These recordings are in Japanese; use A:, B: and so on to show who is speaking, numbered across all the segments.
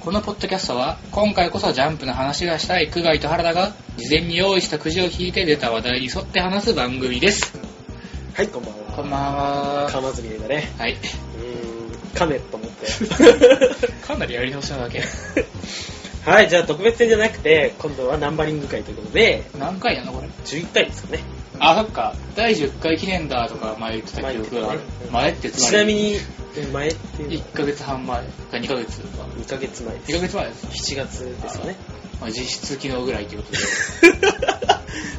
A: このポッドキャストは今回こそジャンプの話がしたい久我井と原田が事前に用意したくじを引いて出た話題に沿って話す番組です
B: はい、こんばんは。
A: こんばん
B: カ
A: は
B: マズミだね。
A: はいう
B: ーん、カメと思って。
A: かなりやり直しなわけ
B: はい、じゃあ特別編じゃなくて、今度はナンバリング会ということで、
A: 何回やのこれ
B: 11回ですかね。
A: あそっか第10回記念だとか前言ってた記憶がある前ってつまり
B: ちなみに、え前っていうのは
A: 1ヶ月半前か2ヶ月か
B: 2ヶ月前で
A: 2ヶ月前です
B: す。7月です よね。
A: まあ実質昨日ぐらいってこと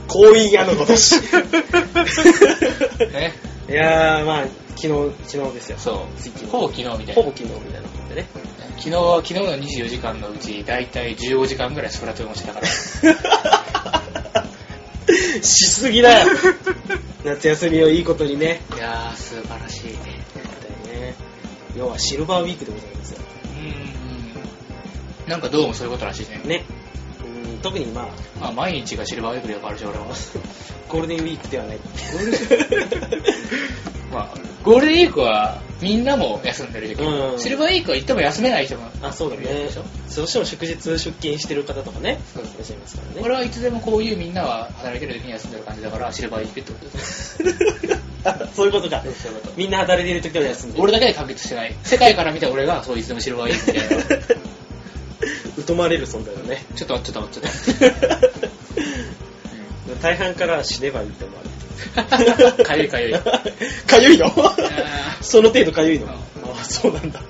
B: 婚姻屋の今年。
A: で ね
B: いやー、まあ、昨日、昨日ですよ。
A: そ
B: つい昨
A: うほぼ昨日
B: 日
A: みたいな
B: ほぼ昨日みたいなもん でね。
A: 昨日は昨日の24時間のうち大体15時間ぐらいスプラトゥーンをしてたから
B: しすぎだよ。夏休みをいいことにね。
A: いやー素晴らしいね
B: やったよね。要はシルバーウィークでございますよ。
A: うーんなんかどうもそういうことらしいね
B: ね。うん、特にまあ、
A: まあ毎日がシルバーウィークでよくあるし俺 は
B: ゴールデンウィークで はない。
A: まあゴールデンウィークはみんなも休んでるけど、
B: うん
A: シルバーウィークは行っても休めない人も
B: あ、そうだね。
A: でしょ
B: どうしても祝日出勤してる方とかね、
A: そう
B: いらっしゃいますから
A: 俺
B: ね。
A: はいつでもこういうみんなは働いてる時に休んでる感じだからシルバーウィークってことです
B: あそういうことか。
A: そういうこと
B: みんな働いてる時は休んでる。
A: 俺だけで完結して ない世界から見た俺がそういつでもシルバーウィークみたいな
B: 疎まれる存在だ ね。
A: ちょっと待ってちょっと待ってちょっと
B: 大半から死ねばいいと思われる。
A: かゆいかゆい。
B: かゆいの
A: やー
B: その程度かゆいの
A: うん
B: ああ、そうなんだ。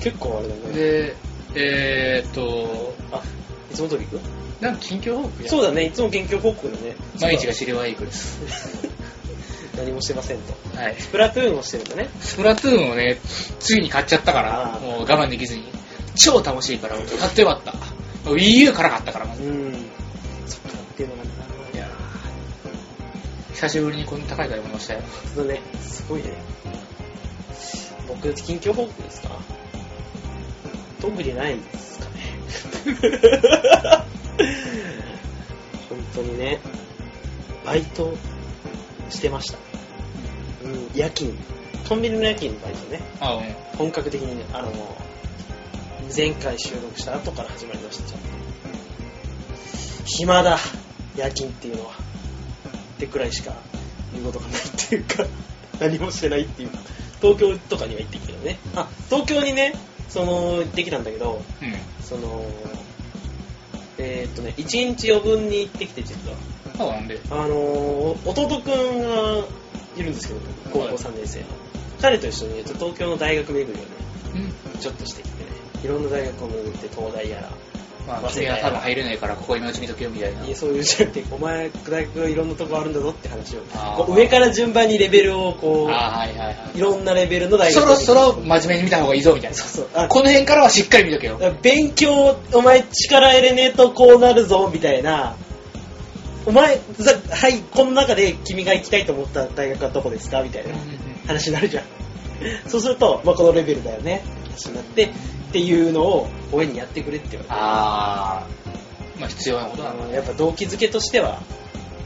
B: 結構あれだ
A: うん
B: ね。
A: でえーっと
B: あ、いつも通り行く
A: なんか近況報告や
B: そうだね、いつも元気報告だね。
A: 毎日がシルバーウィークです
B: 何もしてませんと。
A: はい
B: スプラトゥーンをしてるんだね。
A: スプラトゥーンをね、ついに買っちゃったから
B: あ、ー
A: もう我慢できずに。超楽しいから、買ってよかった。Wii U から買ったから、まず。
B: うん。そっかっていうのがな。
A: いやー久しぶりにこんな高い買い物をしたよ。
B: ちょっとね、すごいね。僕、近況報告ですかどんぶりないですかね。 本当にね、バイトしてました。うん、夜勤。コンビニの夜勤のバイトね。
A: あ、うん。
B: 本格的に、あの、前回収録した後から始まりました。暇だ、夜勤っていうのは。ってくらいしか言うことがないっていうか、 何もしてないっていうか、東京とかには行ってきたよね。あ、東京にね、その、行ってきたんだけど、
A: うん。
B: その、えーっとね、一日余分に行ってきて、実は。
A: そうなんで。
B: あのー、弟くんがいるんですけど、高校3年生の。彼と一緒に、えっと東京の大学巡りをね、
A: うん。
B: ちょっとしてきてね、いろんな大学を巡って、東大やら、
A: ま
B: ま
A: あ、
B: あ
A: 君は多分入れないから、ここ今のうち見とけよ、みたいな。
B: いやそういうじゃなくて、お前、大学いろんなとこあるんだぞって話を
A: あ、ー
B: こう上から順番にレベルをこ、
A: あー、はいはいう
B: い
A: は
B: ろんなレベルの大
A: い。
B: 学
A: そ
B: を
A: ろそろ真面目に見た方がいいぞ、みたいな。
B: そうそう。あ
A: この辺からはしっかり見とけよ。
B: 勉強、お前力入れねえとこうなるぞ、みたいな。お前、ざはい、この中で君が行きたいと思った大学はどこですかみたいな。話になるじゃん。そうすると、まあ、このレベルだよね。話になって、っていうのを親にやってくれって言われて。
A: あー、まあ必要なことな
B: あ
A: んだ
B: のやっぱ動機づけとしては、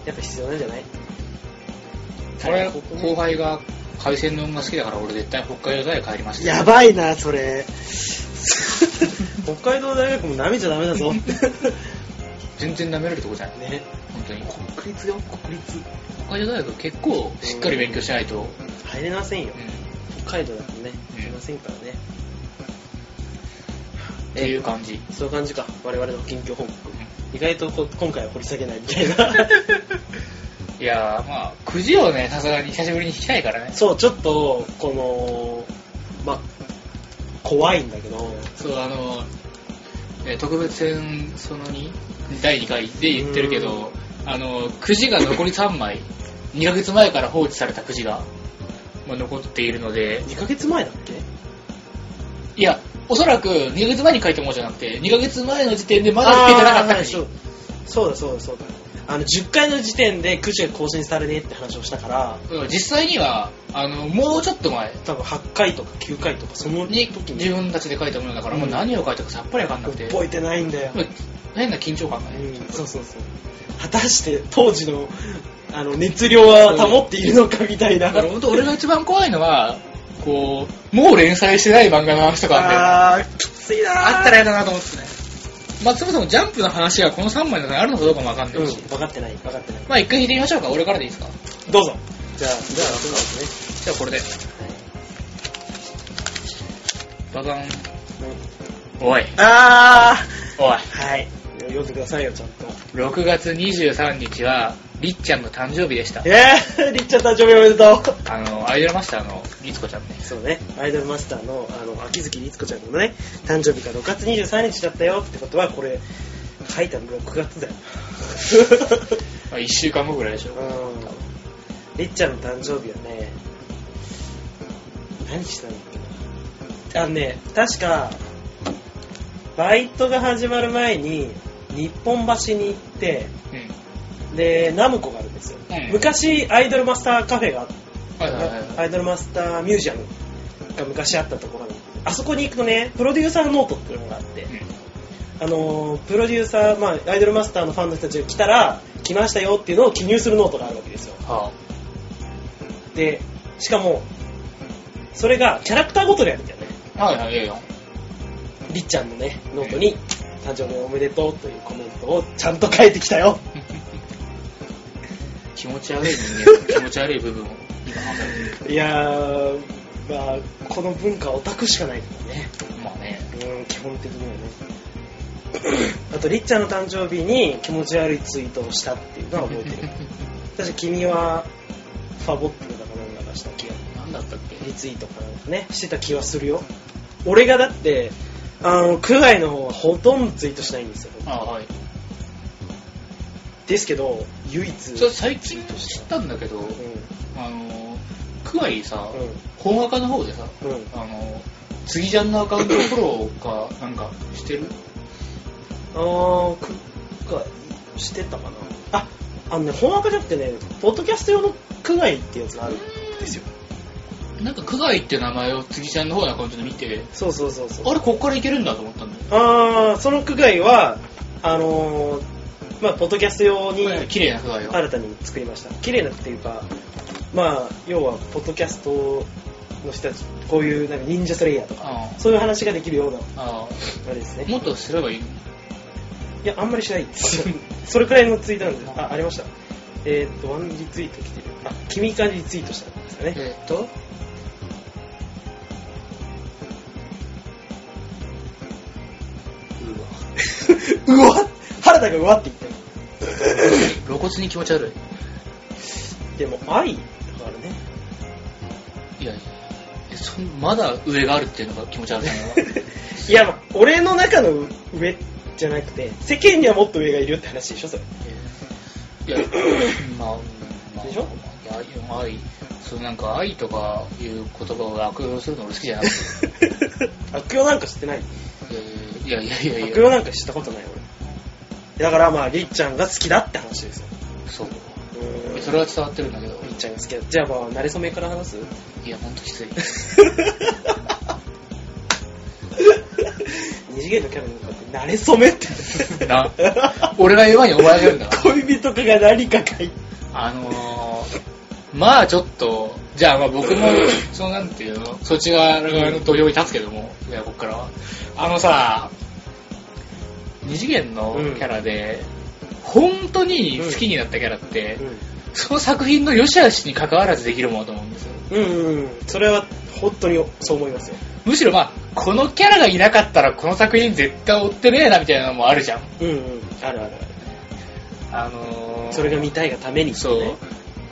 B: やっぱ必要なんじゃない
A: 俺、
B: ここね
A: 後輩が海鮮丼が好きだから、俺絶対北海道大学帰りましたよ。
B: やばいな、それ。 北海道大学も舐めちゃダメだ ぞ。
A: 全然舐められるとこじゃない。
B: ね。
A: 本当に
B: 国立よ、国立。
A: 北海道大学結構しっかり勉強しないと、
B: 入れませんよ
A: うん。
B: 北海道だとね、
A: うん
B: 入れませんからね。
A: っていう感じ
B: そういう感じか、我々の近況報告
A: ん。
B: 意外とこ今回は掘り下げないみたい な。
A: いやーまあくじをねさすがに久しぶりに引きたいからね
B: そう、ちょっと、この、ま、怖いんだけど、
A: そうあのえー特別編その2第2回で言ってるけどあのくじが残り3枚2ヶ月前から放置されたくじが、まあ、残っているので
B: 2ヶ月前だっけ
A: いやおそらく2ヶ月前に書いたものじゃなくて2ヶ月前の時点でまだ引けてなかった
B: あーは
A: く
B: い
A: じ
B: そうそうだそうだそうだ。あの、10回の時点でくじが更新されねえって話をしたから、
A: うん実際にはあのもうちょっと前
B: 多分8回とか9回とか、その
A: に
B: 時
A: 自
B: に
A: 分たちで書いたものだから、
B: うん
A: もう何を書いたかさっぱりわかんなくて
B: 覚えてないんだよ。
A: 変な緊張感が
B: う
A: ね、
B: ん、そうそうそう。果たして当時の、あの、熱量は保っているのかみたいな。
A: だから本当俺が一番怖いのはこう、もう連載してない漫画の話とかあんだよな
B: あー、きついなー
A: あったら嫌だなと思ってね。まあ、そもそもジャンプの話がこの3枚の中にあるのかどうかもわかんな
B: うん、
A: いし。
B: 分かってない、分かってない。
A: まあ、一回引いてみましょうか。俺からでいいですか。
B: どうぞ。じゃあ、じゃあ、そうです
A: じゃあ、これで。ババン。
B: ね。
A: おい。
B: あ
A: おい。
B: ー、はい。読んでくださいよ、ちゃんと。
A: 6月23日は、りっちゃんの誕生日でした。
B: えー、りっちゃん誕生日おめでとう。
A: あの、アイドルマスターのりつこちゃんね。
B: そうね、アイドルマスターの、あの、秋月律子ちゃんのね、誕生日が6月23日だったよってことは、これ、書いたの6月だよ。
A: まあ、1週間後ぐらいでしょ。
B: うん。りっちゃんの誕生日はね、何したんだっけな。あのね、確か、バイトが始まる前に、日本橋に行って、
A: うん。
B: で、ナムコがあるんですよ。
A: うん
B: 昔、アイドルマスターカフェがあっ
A: はいはいはいはい。
B: アイドルマスターミュージアムが昔あったところに、あそこに行くとね、プロデューサーノートっていうのがあって、あのープロデューサー、まあ、アイドルマスターのファンの人たちが来たら、来ましたよっていうのを記入するノートがあるわけですよ。
A: は
B: で、しかも、それがキャラクターごとでやるんだよね。
A: あ、はいはい、い いよ。
B: りっちゃんのね、ノートに、誕生日おめでとうというコメントをちゃんと書いてきたよ。
A: 気持ち悪い人間の気持ち悪い部分を今話されてる。
B: いやー、まあ、この文化オタクしかないからね。
A: まあね。
B: うん、基本的にはね。あと、りっちゃんの誕生日に気持ち悪いツイートをしたっていうのは覚えて る。確か君は、ファボットだかなんだかした気が、
A: なんだったっけ
B: リツイートかなんかね、してた気はするよ。俺がだって、あの、区外の方はほとんどツイートしないんですよ。
A: あはい。
B: ですけど、唯一。
A: それ最近知ったんだけど、
B: う
A: あの、クワイさ、
B: ん。
A: 本アカの方でさ、
B: うん。うん。
A: あの、次ジャンのアカウントフォローか、なんかしてる
B: あー、区外、してたかな。あ、あのね、本枠じゃなくてね、ポッドキャスト用の区外ってやつがあるんですよ。
A: なんか、クガイって名前を次ちゃんの方のアカウントで見て、
B: そうそうそうそう。
A: あれ、こっからいけるんだと思ったんだよ。
B: あーその区外は、あのーまあ、ポッドキャスト用に
A: 綺麗なクガイを。
B: 新たに作りました。綺麗なっていうか、まあ、要は、ポッドキャストの人たち、こういう、なんか、忍者スレイヤーとか、
A: あ
B: そういう話ができるような、
A: あ
B: あれですね。
A: もっとすればいいの
B: いや、あんまりしない です。それくらいのツイートなんで、あ、ありました。えーっと、ワンリツイート来てる。あ、君からリツイートしたんですかね。
A: えーっと、
B: うわ原田がうわって言ったよ
A: 露骨に気持ち悪
B: でも、愛だからね。
A: い。いやいや、えそんまだ上があるっていうのが気持ち悪 いな。
B: いや、まあ俺の中の上じゃなくて、世間にはもっと上がいるよって話でしょ、それ。
A: いや、まあ、まあ、
B: でしょ
A: いや、いや愛、そうなんか愛とかいう言葉を悪用するの俺好きじゃな くて。
B: 悪用なんか知ってない。
A: いやいやいやいや
B: 悪用なんか知ったことない、俺。だから、まあ、りっちゃんが好きだって話ですよ。
A: そう。
B: うーん
A: それは伝わってるんだけど、
B: りっちゃんが好きだ。じゃあ、まあ、慣れ初めか ら話す
A: いや、ほんとき つい。
B: 二次元のキャラの中って、慣れ初めって。
A: な、俺が言わにお前が言うんだな。
B: 恋人かが何かかい。
A: あのー、まあちょっと、じゃあまあ僕も、そのなんていうの、そっち側の土俵に立つけども、いや、こっからは。あのさ、二次元のキャラで、本当に好きになったキャラって、その作品の良し悪しに関わらずできるものだと思うんですよ。
B: うん、うん、うん。それは、本当にそう思いますよ。
A: むしろまあ、このキャラがいなかったらこの作品絶対追ってねえなみたいなのもあるじゃん。
B: うん、うん。あるあるある。
A: あのー、
B: それが見たいがために、
A: そう。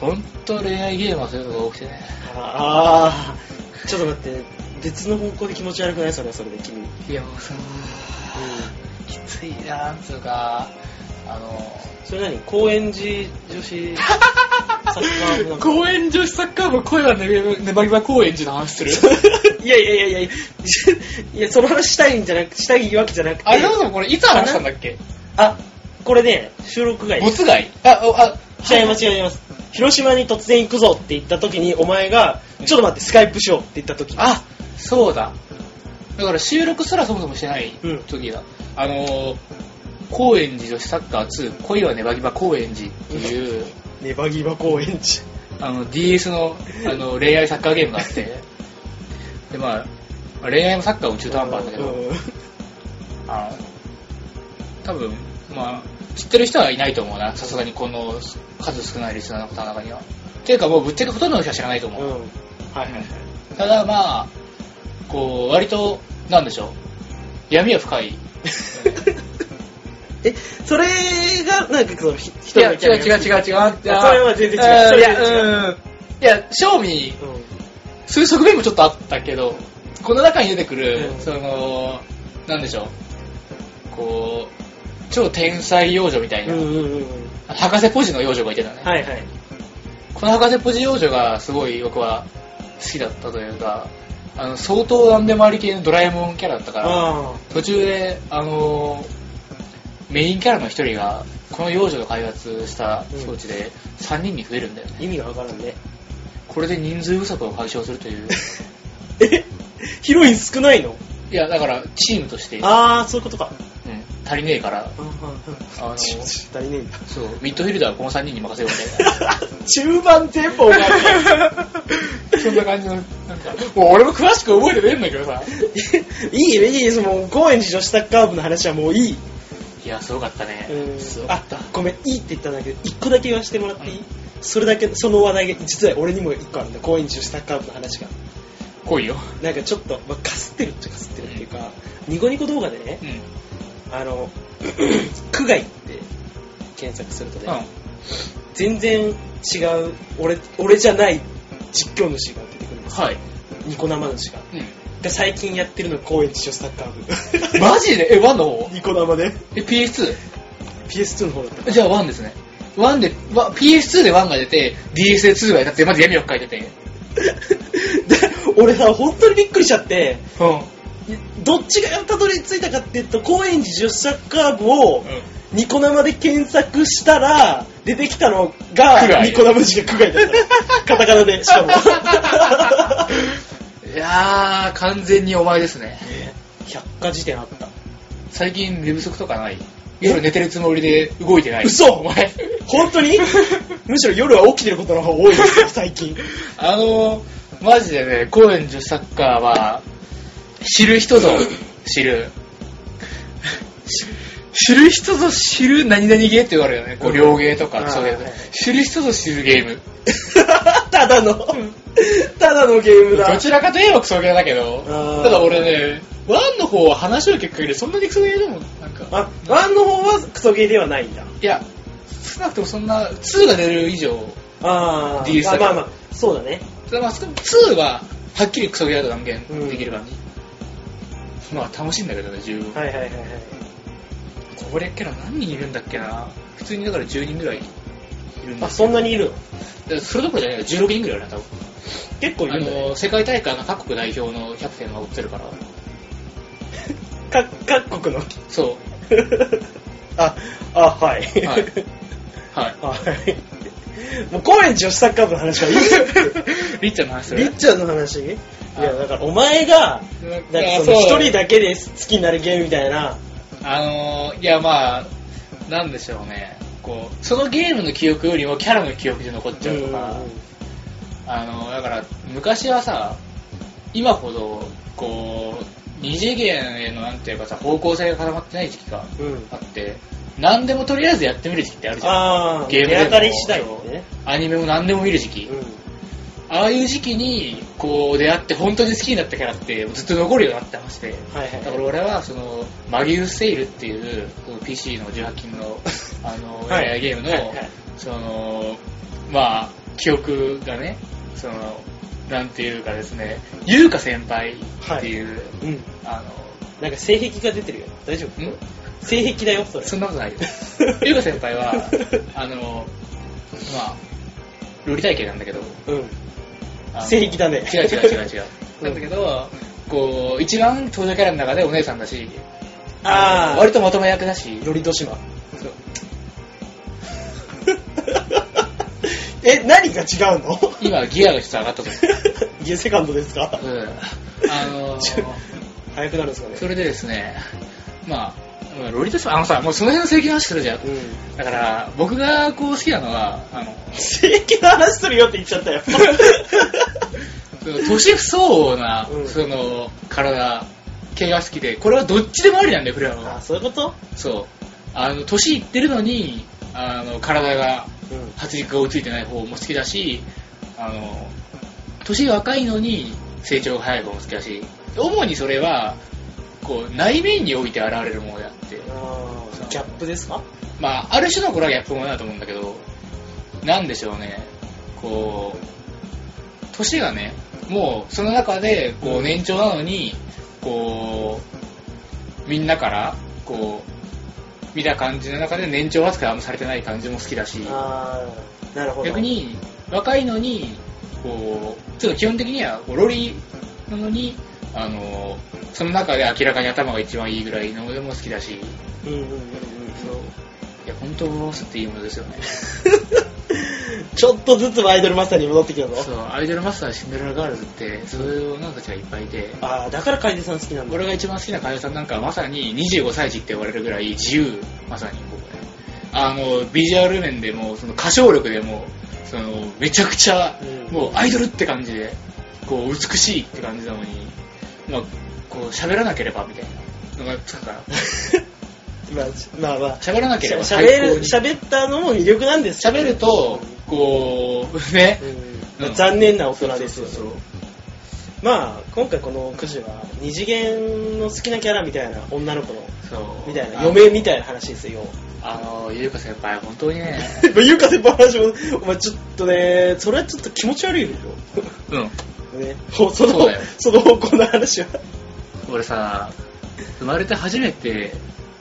A: ほんと恋愛ゲームはそういうのが多くてね。
B: ああちょっと待って別の方向で気持ち悪くないそれはそれで君うん
A: いや、もうその、きついなーんつうか、あの
B: それ何高円寺女子サッ カー
A: ー、
B: 部
A: 公園女子サッカー部声は粘り場公園児の話する
B: いやいやい やいやいやその話したいんじゃなくしたいわけじゃなくて
A: あれそもそもこれいつ話したんだっけ
B: あこれね収録外
A: ボツ外あ、おあ、
B: 違います違います広島に突然行くぞって言った時にお前がちょっと待ってスカイプしようって言った時
A: あ、そうだ。だから収録すらそもそもしてない
B: うん
A: 時だ。あのー、高円寺女子サッカー2、恋はネバギバ高円寺って いう、
B: ネバギバ高円寺
A: あの、DS の、あの、恋愛サッカーゲームがあって、でまあまあ恋愛もサッカーも中途半端だけど、
B: うん
A: あの多分まあ知ってる人はいないと思うなさすがにこの数少ないリスナーの方の中にはっていうかもうぶっちゃけほとんどの人は知らないと思う、
B: うんはいはいはい
A: ただまあこう割となんでしょう闇は深い
B: えそれがなんかそのひ一
A: い
B: 人
A: や
B: の
A: 違う
B: キャラ
A: 違う違う違う違う
B: それは全然違う
A: い
B: それ
A: や
B: は全然違う
A: うんいや正味
B: うん
A: そういう側面もちょっとあったけどこの中に出てくる、
B: うん
A: そのなんでしょうこう超天才幼女みたいな、
B: うんうんうんうん
A: 博士ポジの幼女がいてたね、
B: はいはい
A: この博士ポジ幼女がすごい僕は好きだったというかあの相当なんでもあり系のドラえもんキャラだったから
B: あ
A: 途中であのメインキャラの一人がこの幼女が開発した装置で3人に増えるんだよね、
B: あ意味がわからんね
A: これで人数不足を解消するという
B: えヒロイン少ないの
A: いやだからチームとして、うん、
B: ああそういうことか
A: 足りねえから
B: あ
A: あの
B: 足りねえんだ
A: そうミッドフィルダーはこの3人に任せよう みたい
B: 中盤テンポが
A: な そんな感じのなんかもう俺も詳しく覚えてねえんだけどさ
B: いいよいいよもう高円寺女子サッカー部の話はもういい
A: いやすごかったね
B: うん
A: すごか
B: あ
A: った
B: ごめんいいって言ったんだけど一個だけ言わせてもらっていい、
A: うん
B: それだけその話題が実は俺にも一個あるんだ高円寺女子サッカー部の話が
A: 来いよ
B: なんかちょっと、まあ、かすってるっちゃかすってるっていうか、ニコニコ動画でね
A: うん
B: あの 区外って検索するとね、
A: う
B: 全然違う俺俺じゃない実況主が出てくるんで
A: ん。
B: す
A: はい。
B: ニコ生主が
A: う
B: で最近やってるのが高円寺女子サッカー 部
A: ん。マジでえ、1の方
B: ニコ生で
A: え、PS2?
B: PS2 の方だった
A: じゃあ1ですね。1で、わ PS2 で1が出て、DS で2が出て、まず闇を深いてて。うん。
B: で俺さ本当にびっくりしちゃってどっちがたどり着いたかっていうと高円寺女子サッカー部をニコ生で検索したら出てきたの
A: 区
B: が
A: 外
B: ニコ生字が区外 だったカタカナでしかも
A: いやー、完全にお前ですね。
B: 百科事典あった
A: 最近寝不足とかない夜寝てるつもりで動いてない。
B: 嘘
A: お前。
B: 本 当にむしろ夜は起きてることの方が多いですよ最近
A: あのー、マジでね、高円寺サッカーは、知る人ぞ知る。し知る人ぞ知る何々ゲーって言われるよね。こう、
B: うん
A: 両ゲーとか、
B: はい
A: そういう
B: はい。
A: 知る人ぞ知るゲーム。
B: ただのただのゲームだ
A: どちらかといえばクソゲーだけど、
B: あー
A: ただ俺ね、ワンの方は話を聞く限りそんなにクソゲーでも、なんか、
B: あワンの方はクソゲーではないんだ
A: いや、少なくともそんな、2が出る以上、
B: あー
A: DS だ
B: あ
A: け
B: ま
A: ど
B: あまあそうだね
A: ただまあ、少なくとも2は、はっきりクソゲーだと断言
B: うん
A: できる感じ。まあ、楽しいんだけどね、十分。
B: はいはいはいはい
A: これっけな何人いるんだっけな普通にだから10人ぐらいいるんだ
B: あそんなにいるの
A: でそれどころじゃないよ16人ぐらいだよな多分
B: 結構い
A: あ
B: るんだね
A: の世界大会の各国代表のキャプテンが追ってるから
B: か各 国の
A: そ
B: ああはい
A: はい はい
B: はいもう高円寺女子サッカー部の 話はいい
A: りっちゃんの話す
B: りっ
A: る
B: ちゃんの話い
A: あ
B: やだからお前が
A: うん
B: なんかそ
A: い
B: の
A: やそう
B: 一人だけで好きになるゲームみたいな
A: あのいやまあなんでしょうねこうそのゲームの記憶よりもキャラの記憶で残っちゃうとかあのだから昔はさ今ほどこう二次元へのなんていうかさ方向性が固まってない時期が
B: うんうん
A: あって何でもとりあえずやってみる時期ってあるじゃん
B: ああ
A: ゲーム
B: 手
A: でも
B: 当たり次第だね
A: アニメも何でも見る時期、ああいう時期にこう出会って本当に好きになったキャラってずっと残るようになってまして
B: はいはい
A: だから俺はそのマギウスセイルっていうその PC の18金 のあの、
B: はい
A: エアゲームの、
B: はいはい
A: そのまあ記憶がねそのなんていうかですね優香先輩っていう、
B: うん
A: あ
B: なんか性癖が出てるよ大丈夫
A: のん
B: 性癖だよそれ
A: そんなことないよ。ゆうか先輩は、 あの、まあ、料理体系なんだけど、
B: うん
A: あの
B: 性癖だね
A: 違う違う違う 違う。
B: うん
A: なんだけど、こう、一番登場キャラの中でお姉さんだし、
B: ああ
A: 割とまとめ役だし、
B: よりとしま
A: そう
B: え何が違うの
A: 今ギアがちょっと上がったと思
B: いやセカンドですか
A: う。うん。あの、
B: ちょ 早くなるんですかね
A: それでですね、まあ、まあロリとしては、あのさ、もうその辺の正義の話するじゃん。
B: うん
A: だから、僕がこう好きなのは、あの、
B: 性癖の話するよって言っちゃったよ
A: 年不相応な、
B: うん
A: その、体、系が好きで、これはどっちでもありなんだよ、フレア
B: あ
A: は。
B: そういうこと
A: そう。あの、年いってるのに、あの、体が、
B: うん
A: 発育が追いついてない方も好きだし、あの、年が若いのに成長が早い方も好きだし、主にそれは、こう、内面において現れるものであって、
B: あーギャップですか
A: まあ、ある種のこれはギャップものだと思うんだけど、なんでしょうね、こう、年がね、もうその中で、こう、年長なのに、こう、みんなから、こう、見た感じの中で年長扱いはあんまされてない感じも好きだし、
B: ああなるほど
A: 逆に若いのにこうちょっと基本的にはこうロリなのにあのその中で明らかに頭が一番いいぐらいのでも好きだし
B: うんうんうんうん
A: そういや本当ロスっていいものですよね
B: ちょっとずつアイドルマスターに戻ってきたぞ
A: そうアイドルマスターシンデレラガールズってそういう女の子たちがいっぱいいて
B: ああだから楓さん好きなんだ
A: 俺が一番好きな会社さんなんかはまさに25歳児って呼ばれるぐらい自由まさにここねあのビジュアル面でもその歌唱力でもそのめちゃくちゃ
B: うん
A: もうアイドルって感じでこう美しいって感じなのにまあこう喋らなければみたいなのがつくから
B: まあまあまあ
A: 喋らなければ
B: しゃ
A: 最
B: べ
A: 高
B: る
A: に
B: 喋ったのも魅力なんですけど
A: 喋るとこうね
B: うん
A: うん
B: 残念な大人ですよね
A: そうそう
B: まあ今回このくじは二次元の好きなキャラみたいな女の子の
A: そうそう
B: みたいな
A: あ
B: 嫁みたいな話です よ
A: あのゆうか先輩本当にね
B: 優香先輩の話もお前ちょっとねそれはちょっと気持ち悪いよ
A: うん
B: ねほその
A: そうだよ
B: その方向の話は
A: 俺さ生まれて初めて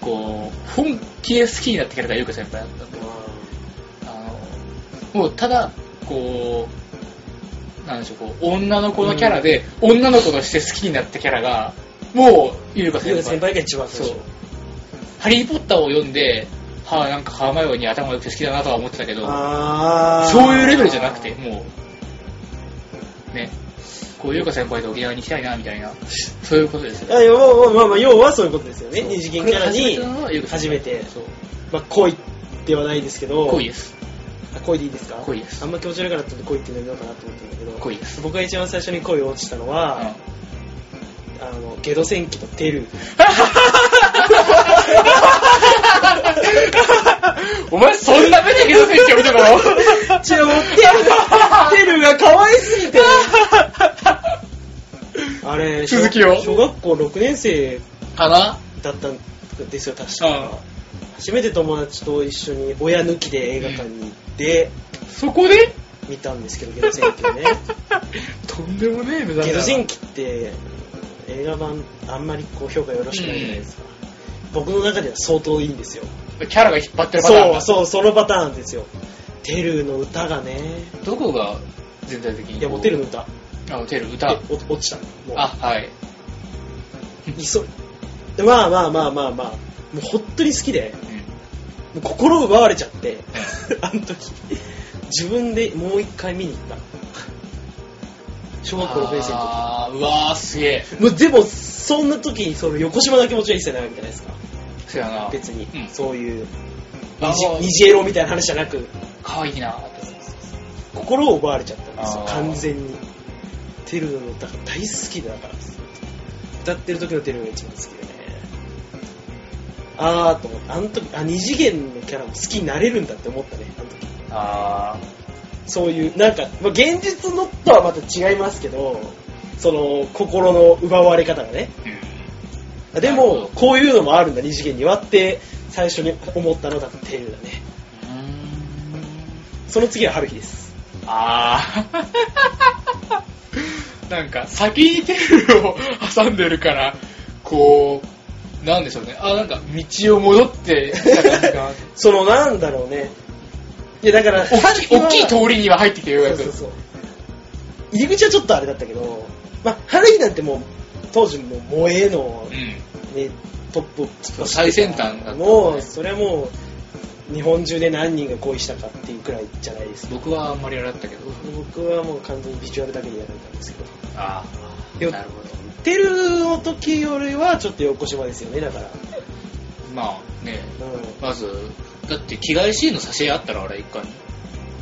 A: こう本気で好きになってくれた優香先輩だったんだけどあのもうただこうなんでしょうこう女の子のキャラで、女の子として好きになったキャラがもう優香先
B: 優香
A: 輩
B: 先輩が一番
A: そ
B: 最
A: う
B: 初
A: 「ハリー・ポッター」を読んではあなんかハーマイオに頭が良くて好きだなとは思ってたけど
B: あー
A: そういうレベルじゃなくてもうねこう優香先輩と沖縄に行きたいなみたいなそういうことですよ
B: あいやまあまあまあまあ要はそういうことですよね
A: そう
B: 二次元キャラに
A: これが初めてなのは優香先輩
B: 初めて
A: そう
B: まあ恋ではないですけど
A: 恋です
B: あ恋でいいですか
A: 恋です
B: あんま気持ち悪いからちょっと恋っていうのやめようかなと思ったんだけど
A: 恋です
B: 僕が一番最初に恋を落ちたの
A: うん
B: は、あのゲド戦記と テル
A: お前そんな 目でゲド選手を見たの
B: 違うもうテルテルが可愛すぎて あれ
A: 続きを
B: 小学校6年生
A: かな
B: だったんですよ確か、
A: うん
B: 初めて友達と一緒に親抜きで映画館に行って
A: そこで
B: 見たんですけどゲド戦記をね
A: とんでもねえ目
B: ゲド戦
A: 記
B: 記って映画版あんまりこう評価よろしくないじゃないですか、僕の中では相当いいんですよ
A: キャラが引っ張ってるパターン
B: そう
A: だ
B: そうそのパターンですよテルの歌がね
A: どこが全体的に
B: いやもうテルの歌
A: あモテる歌
B: でお落ちたもう
A: あはい
B: 急いでまあまあまあまあまあもう本当に好きで
A: うん
B: もう心奪われちゃって あの時自分でもう一回見に行った小学校6年生の
A: あーうわーすげえ
B: 時もうでもそんな時にその横島な気持ちは一切ないわけじゃないですか
A: そうやな
B: 別に、
A: うん
B: そういう
A: あ
B: 虹
A: もう
B: 虹エロみたいな話じゃなく
A: 可愛いなーって
B: 心を奪われちゃったんですよ
A: あー
B: 完全にテルの歌が大好きだから歌ってる時のテルが一番好きでねあーと思ってあの時あ二次元のキャラも好きになれるんだって思ったねあの時
A: あ
B: そういうなんか、まあ、現実のとはまた違いますけどその心の奪われ方がね
A: ー
B: あで
A: なる
B: も
A: ほど
B: こういうのもあるんだ二次元にはって最初に思ったのがテルだね
A: うんうーん
B: その次は春日です
A: あーなんか先にテールを挟んでるからこうなんでしょうねあなんか道を戻ってきた感じ が
B: そのなんだろうねいやだから
A: 大きい大きい通りには入ってきてよう
B: そ
A: や
B: うそう
A: く
B: そう入り口はちょっとあれだったけど、まあ、春日なんてもう当時もう萌えの
A: う、ん
B: ね、トップを突っ走ってた
A: 最先端だったね
B: もうそれはもう日本中で何人が恋したかっていうくらいじゃないですか
A: 僕はあんまりあれだったけど
B: 僕はもう完全にビジュアルだけでやられたんですけど
A: ああ
B: よ
A: なるほど
B: テルの時よりはちょっと横島ですよねだから、
A: まあね
B: うん、
A: まずだって着替えシーンの差し絵あったらあれ一回に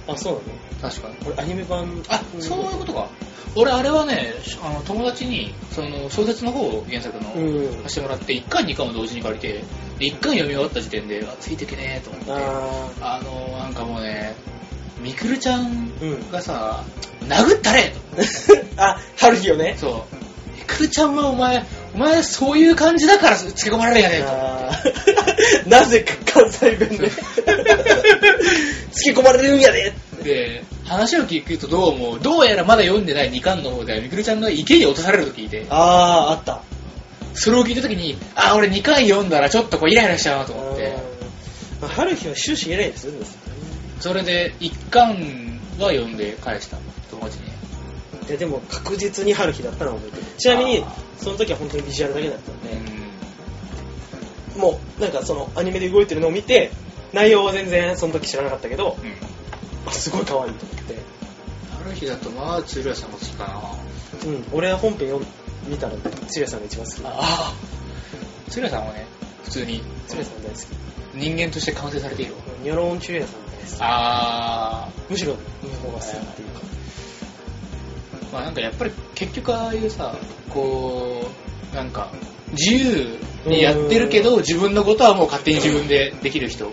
B: あ、そうなの
A: 確かに。
B: これアニメ版。
A: あ、そういうことか。俺、あれはね、あの友達に、その、小説の方を原作の、
B: うん。
A: 貸してもらって、1巻2巻を同時に借りて、で1巻読み終わった時点で、あ、ついてけねえと思って。
B: あ
A: あの、なんかもうね、みくるちゃん
B: ー。うん。
A: がさ、殴ったれ
B: あ、春日よね。
A: そう。みくるちゃんはお前、お前そういう感じだからつけ込まれるんやねと思
B: あー なぜか関西弁で。 突き込まれるんやで。
A: って。で、話を聞くとどうも、どうやらまだ読んでない2巻の方ではみくるちゃんが池に落とされると聞いて、
B: あー、あった。
A: それを聞いた時に、あ、俺2巻読んだらちょっとこうイライラしちゃうなと思って、
B: あー春日は終始偉いでするんですよね。
A: それで1巻は読んで返した、友達に。
B: いやでも確実に春日だったのは覚えてるちなみに
A: あー
B: その時は本当にビジュアルだけだったんで、
A: う
B: もうなんかそのアニメで動いてるのを見て内容は全然その時知らなかったけど
A: ん。うん
B: あすごい可愛いと思って
A: ある日だとまあ鶴屋さんも好きかな
B: うん俺は本編読ん見たらつやさんが一番好き
A: ああ鶴屋さんはね普通に
B: つやさん大好き
A: 人間として完成されているわ
B: ニャローンチュレさんが大好き
A: あ
B: むしろ日本が好きっていうか
A: あまあなんかやっぱり結局ああいうさこうなんか自由にやってるけど自分のことはもう勝手に自分でできる人
B: い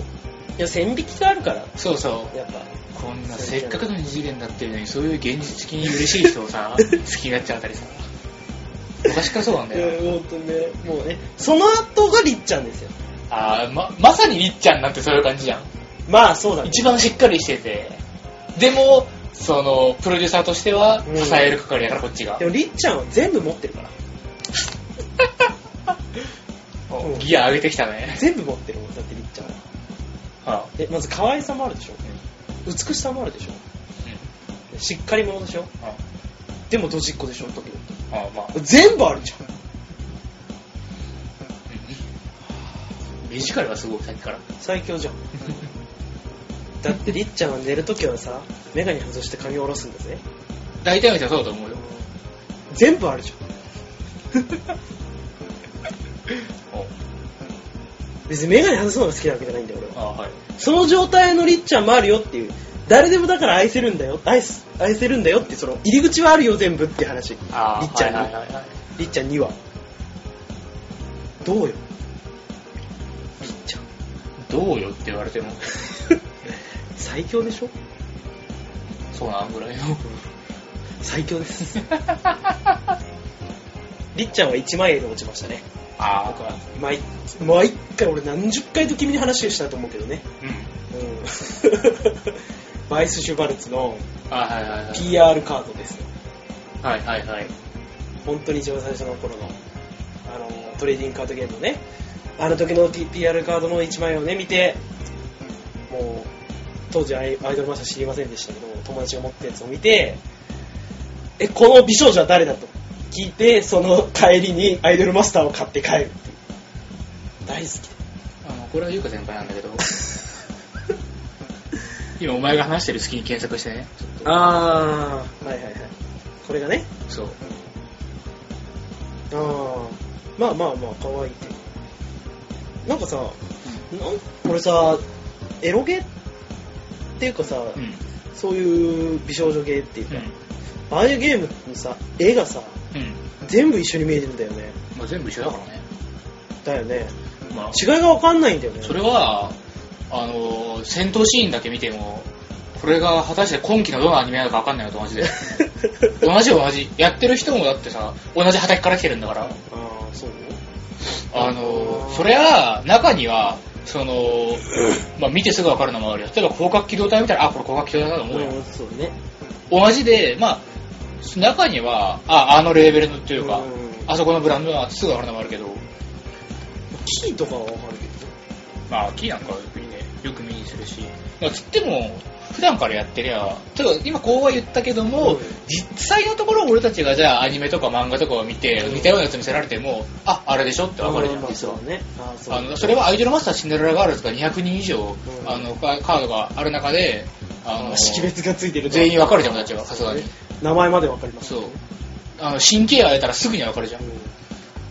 B: や線引きがあるから
A: そうそう
B: やっぱ
A: こんなせっかくの二次元だっていうのにそういう現実的に嬉しい人を さ好きになっちゃうあたりさ昔からそうなんだよ
B: うん本当にねもうねその後がりっちゃんですよ
A: ああままさにりっちゃんなんてそういう感じじゃん
B: まあそうだね
A: 一番しっかりしてて、でも、その、プロデューサーとしては、
B: うん
A: 支える係だから、こっちが
B: で。もりっちゃんは全部持ってるから
A: おギア上げてきた ね。
B: 全部持ってるもんだってりっちゃんは
A: あ
B: えまず可愛さもあるでしょ、美しさもあるでしょしっかり者でしょ
A: あ
B: でもドジっ子でしょ時々
A: ああまあ、
B: 全部あるじゃん
A: うん目力はすごい、さっきから。
B: 最強じゃんだってりっちゃんは寝るときはさメガネ外して髪を下ろすんだぜ
A: 大体の人はそうだと思うよ。
B: 全部あるじゃん
A: お
B: 別にメガネ外すのが好きなわけじゃないんだよ俺は
A: あはい。
B: その状態のりっちゃんもあるよっていう誰でもだから愛せるんだよ愛す愛せるんだよってその入り口はあるよ全部って話りっ
A: ああ、
B: ちゃんに、
A: はいはいはいはい。
B: りっちゃんにはどうよりっちゃん
A: どうよって言われても、
B: 最強でしょ
A: そうなんぐらいの。
B: 最強です りっちゃんは1万円で落ちましたね
A: ああ、
B: 毎毎回俺何十回と君に話をしたと思うけどね
A: うん。
B: うん バイス・シュバルツの
A: あはいはいはい。
B: PR カードですよ
A: はいはいはい。
B: 本当に一番最初の頃のあのトレーディングカードゲームのねあの時の T- PR カードの1枚をね見てもう当時アイアイドルマスター知りませんでしたけど友達が持ったやつを見てえこの美少女は誰だと聞いてその帰りにアイドルマスターを買って帰るっていう大好き
A: あの、これは優香先輩なんだけど、今お前が話してる隙に検索してね。
B: ああはいはいはいこれがね
A: そう。
B: ああまあまあまあ可愛いってなんかさ、なん俺さエロゲっていうかさ、
A: うん。
B: そういう美少女ゲーっていう
A: う
B: か、
A: ん。
B: ああいうゲームのさ絵がさ
A: うん。
B: 全部一緒に見えるんだよね
A: まあ、全部一緒だからね。
B: だよね
A: まあ、
B: 違いが分かんないんだよね
A: そ れは、あのー、戦闘シーンだけ見ても、これが果たして今期のどのアニメなのか分かんないのと同 じで。同じよ同じ。やってる人もだってさ、同じ畑から来てるんだから。
B: ああそう
A: あのー、そりゃ、中には、その、まあ見てすぐ分かるのもあるよ。例えば広角機動隊見たら、あ、これ広角機動隊だと思うよ。
B: うんそうね
A: 同じで、まあ、中には、あ、あのレーベルのっていうか
B: うん、
A: あそこのブランドはすぐ分かるのもあるけど、
B: キーとかは分かるけど
A: まあ、キーなんかは特にね、よく目にするし、まあ、つっても、普段からやってりゃ、ちょっと今こうは言ったけども、
B: うん
A: 実際のところ俺たちがじゃあアニメとか漫画とかを見て、
B: うん
A: 似たようなやつ見せられても、あ、あれでしょってわかるじゃん、
B: まあ
A: 実は
B: そう。ねああそう
A: あの、それはアイドルマスターシンデレラガールズが200人以上、
B: ん
A: あの、カカードがある中で、あの、
B: 識別がついてると
A: 全員わかるじゃん、俺たちは、さすがに。
B: 名前まで分かります
A: そう。あの、神経あえたらすぐにわかるじゃん。
B: う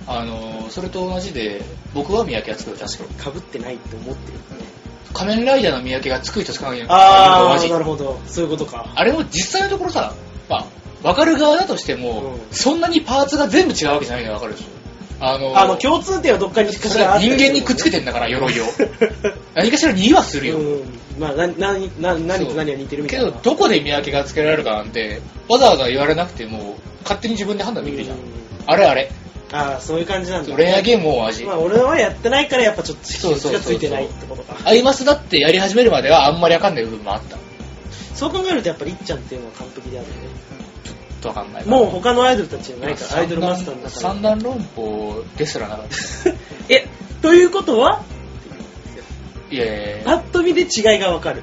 A: あの、それと同じで、僕は三宅敦子を確か
B: んかぶってないって思ってるよね
A: 仮面ライダーの見分けがつく人つかない人
B: あ
A: 同
B: あ
A: じ
B: なるほどそういうことか
A: あれも実際のところさ、まあ、分かる側だとしても、
B: うん
A: そんなにパーツが全部違うわけじゃないの分かるでしょ。あの、
B: あの共通点はどっかに
A: それは人間にくっつけてんだから、 鎧を。何かしらにはするよ。
B: うん、まあ、な、な、な、何と何が似てるみた
A: け
B: いな。
A: ど、どこで見分けがつけられるかなんて、わざわざ言われなくても、勝手に自分で判断できるじゃん
B: う。
A: あれあれ。
B: ああ、そういう感じなんだ。
A: 恋愛ゲームも同じ
B: ま。あ、俺はやってないから、やっぱちょっと、
A: そうそうそうそう
B: がついてないってことか。
A: アイマスだってやり始めるまではあんまりわかんない部分もあった。ちょ
B: そう考えると、やっぱりいっちゃんっていうのは完璧であるよね。
A: っとわかんないから。
B: もう他のアイドルたちじゃないから、アイドルマスターだから。
A: 三段論法ですらなかった。
B: え、ということはい
A: やいやい
B: パ
A: や。
B: ッと見で違いがわかる。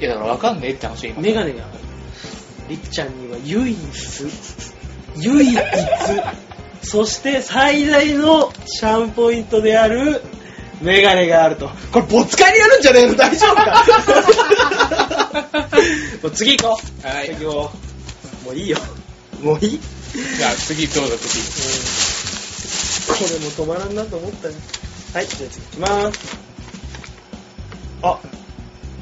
A: いやだからわかんねえって話今。
B: メガネがある。りっちゃんには唯一、唯一、そして最大のシャンポイントである、メガネがあると。これ、ボツカにやるんじゃねえの大丈 夫かもう次行こう。
A: はい
B: 次行こう。もういいよ。もういい、こ
A: じゃあ次どうぞ次。
B: れも止まらんなと思ったね。はい、じゃあ次行きまーす。あ、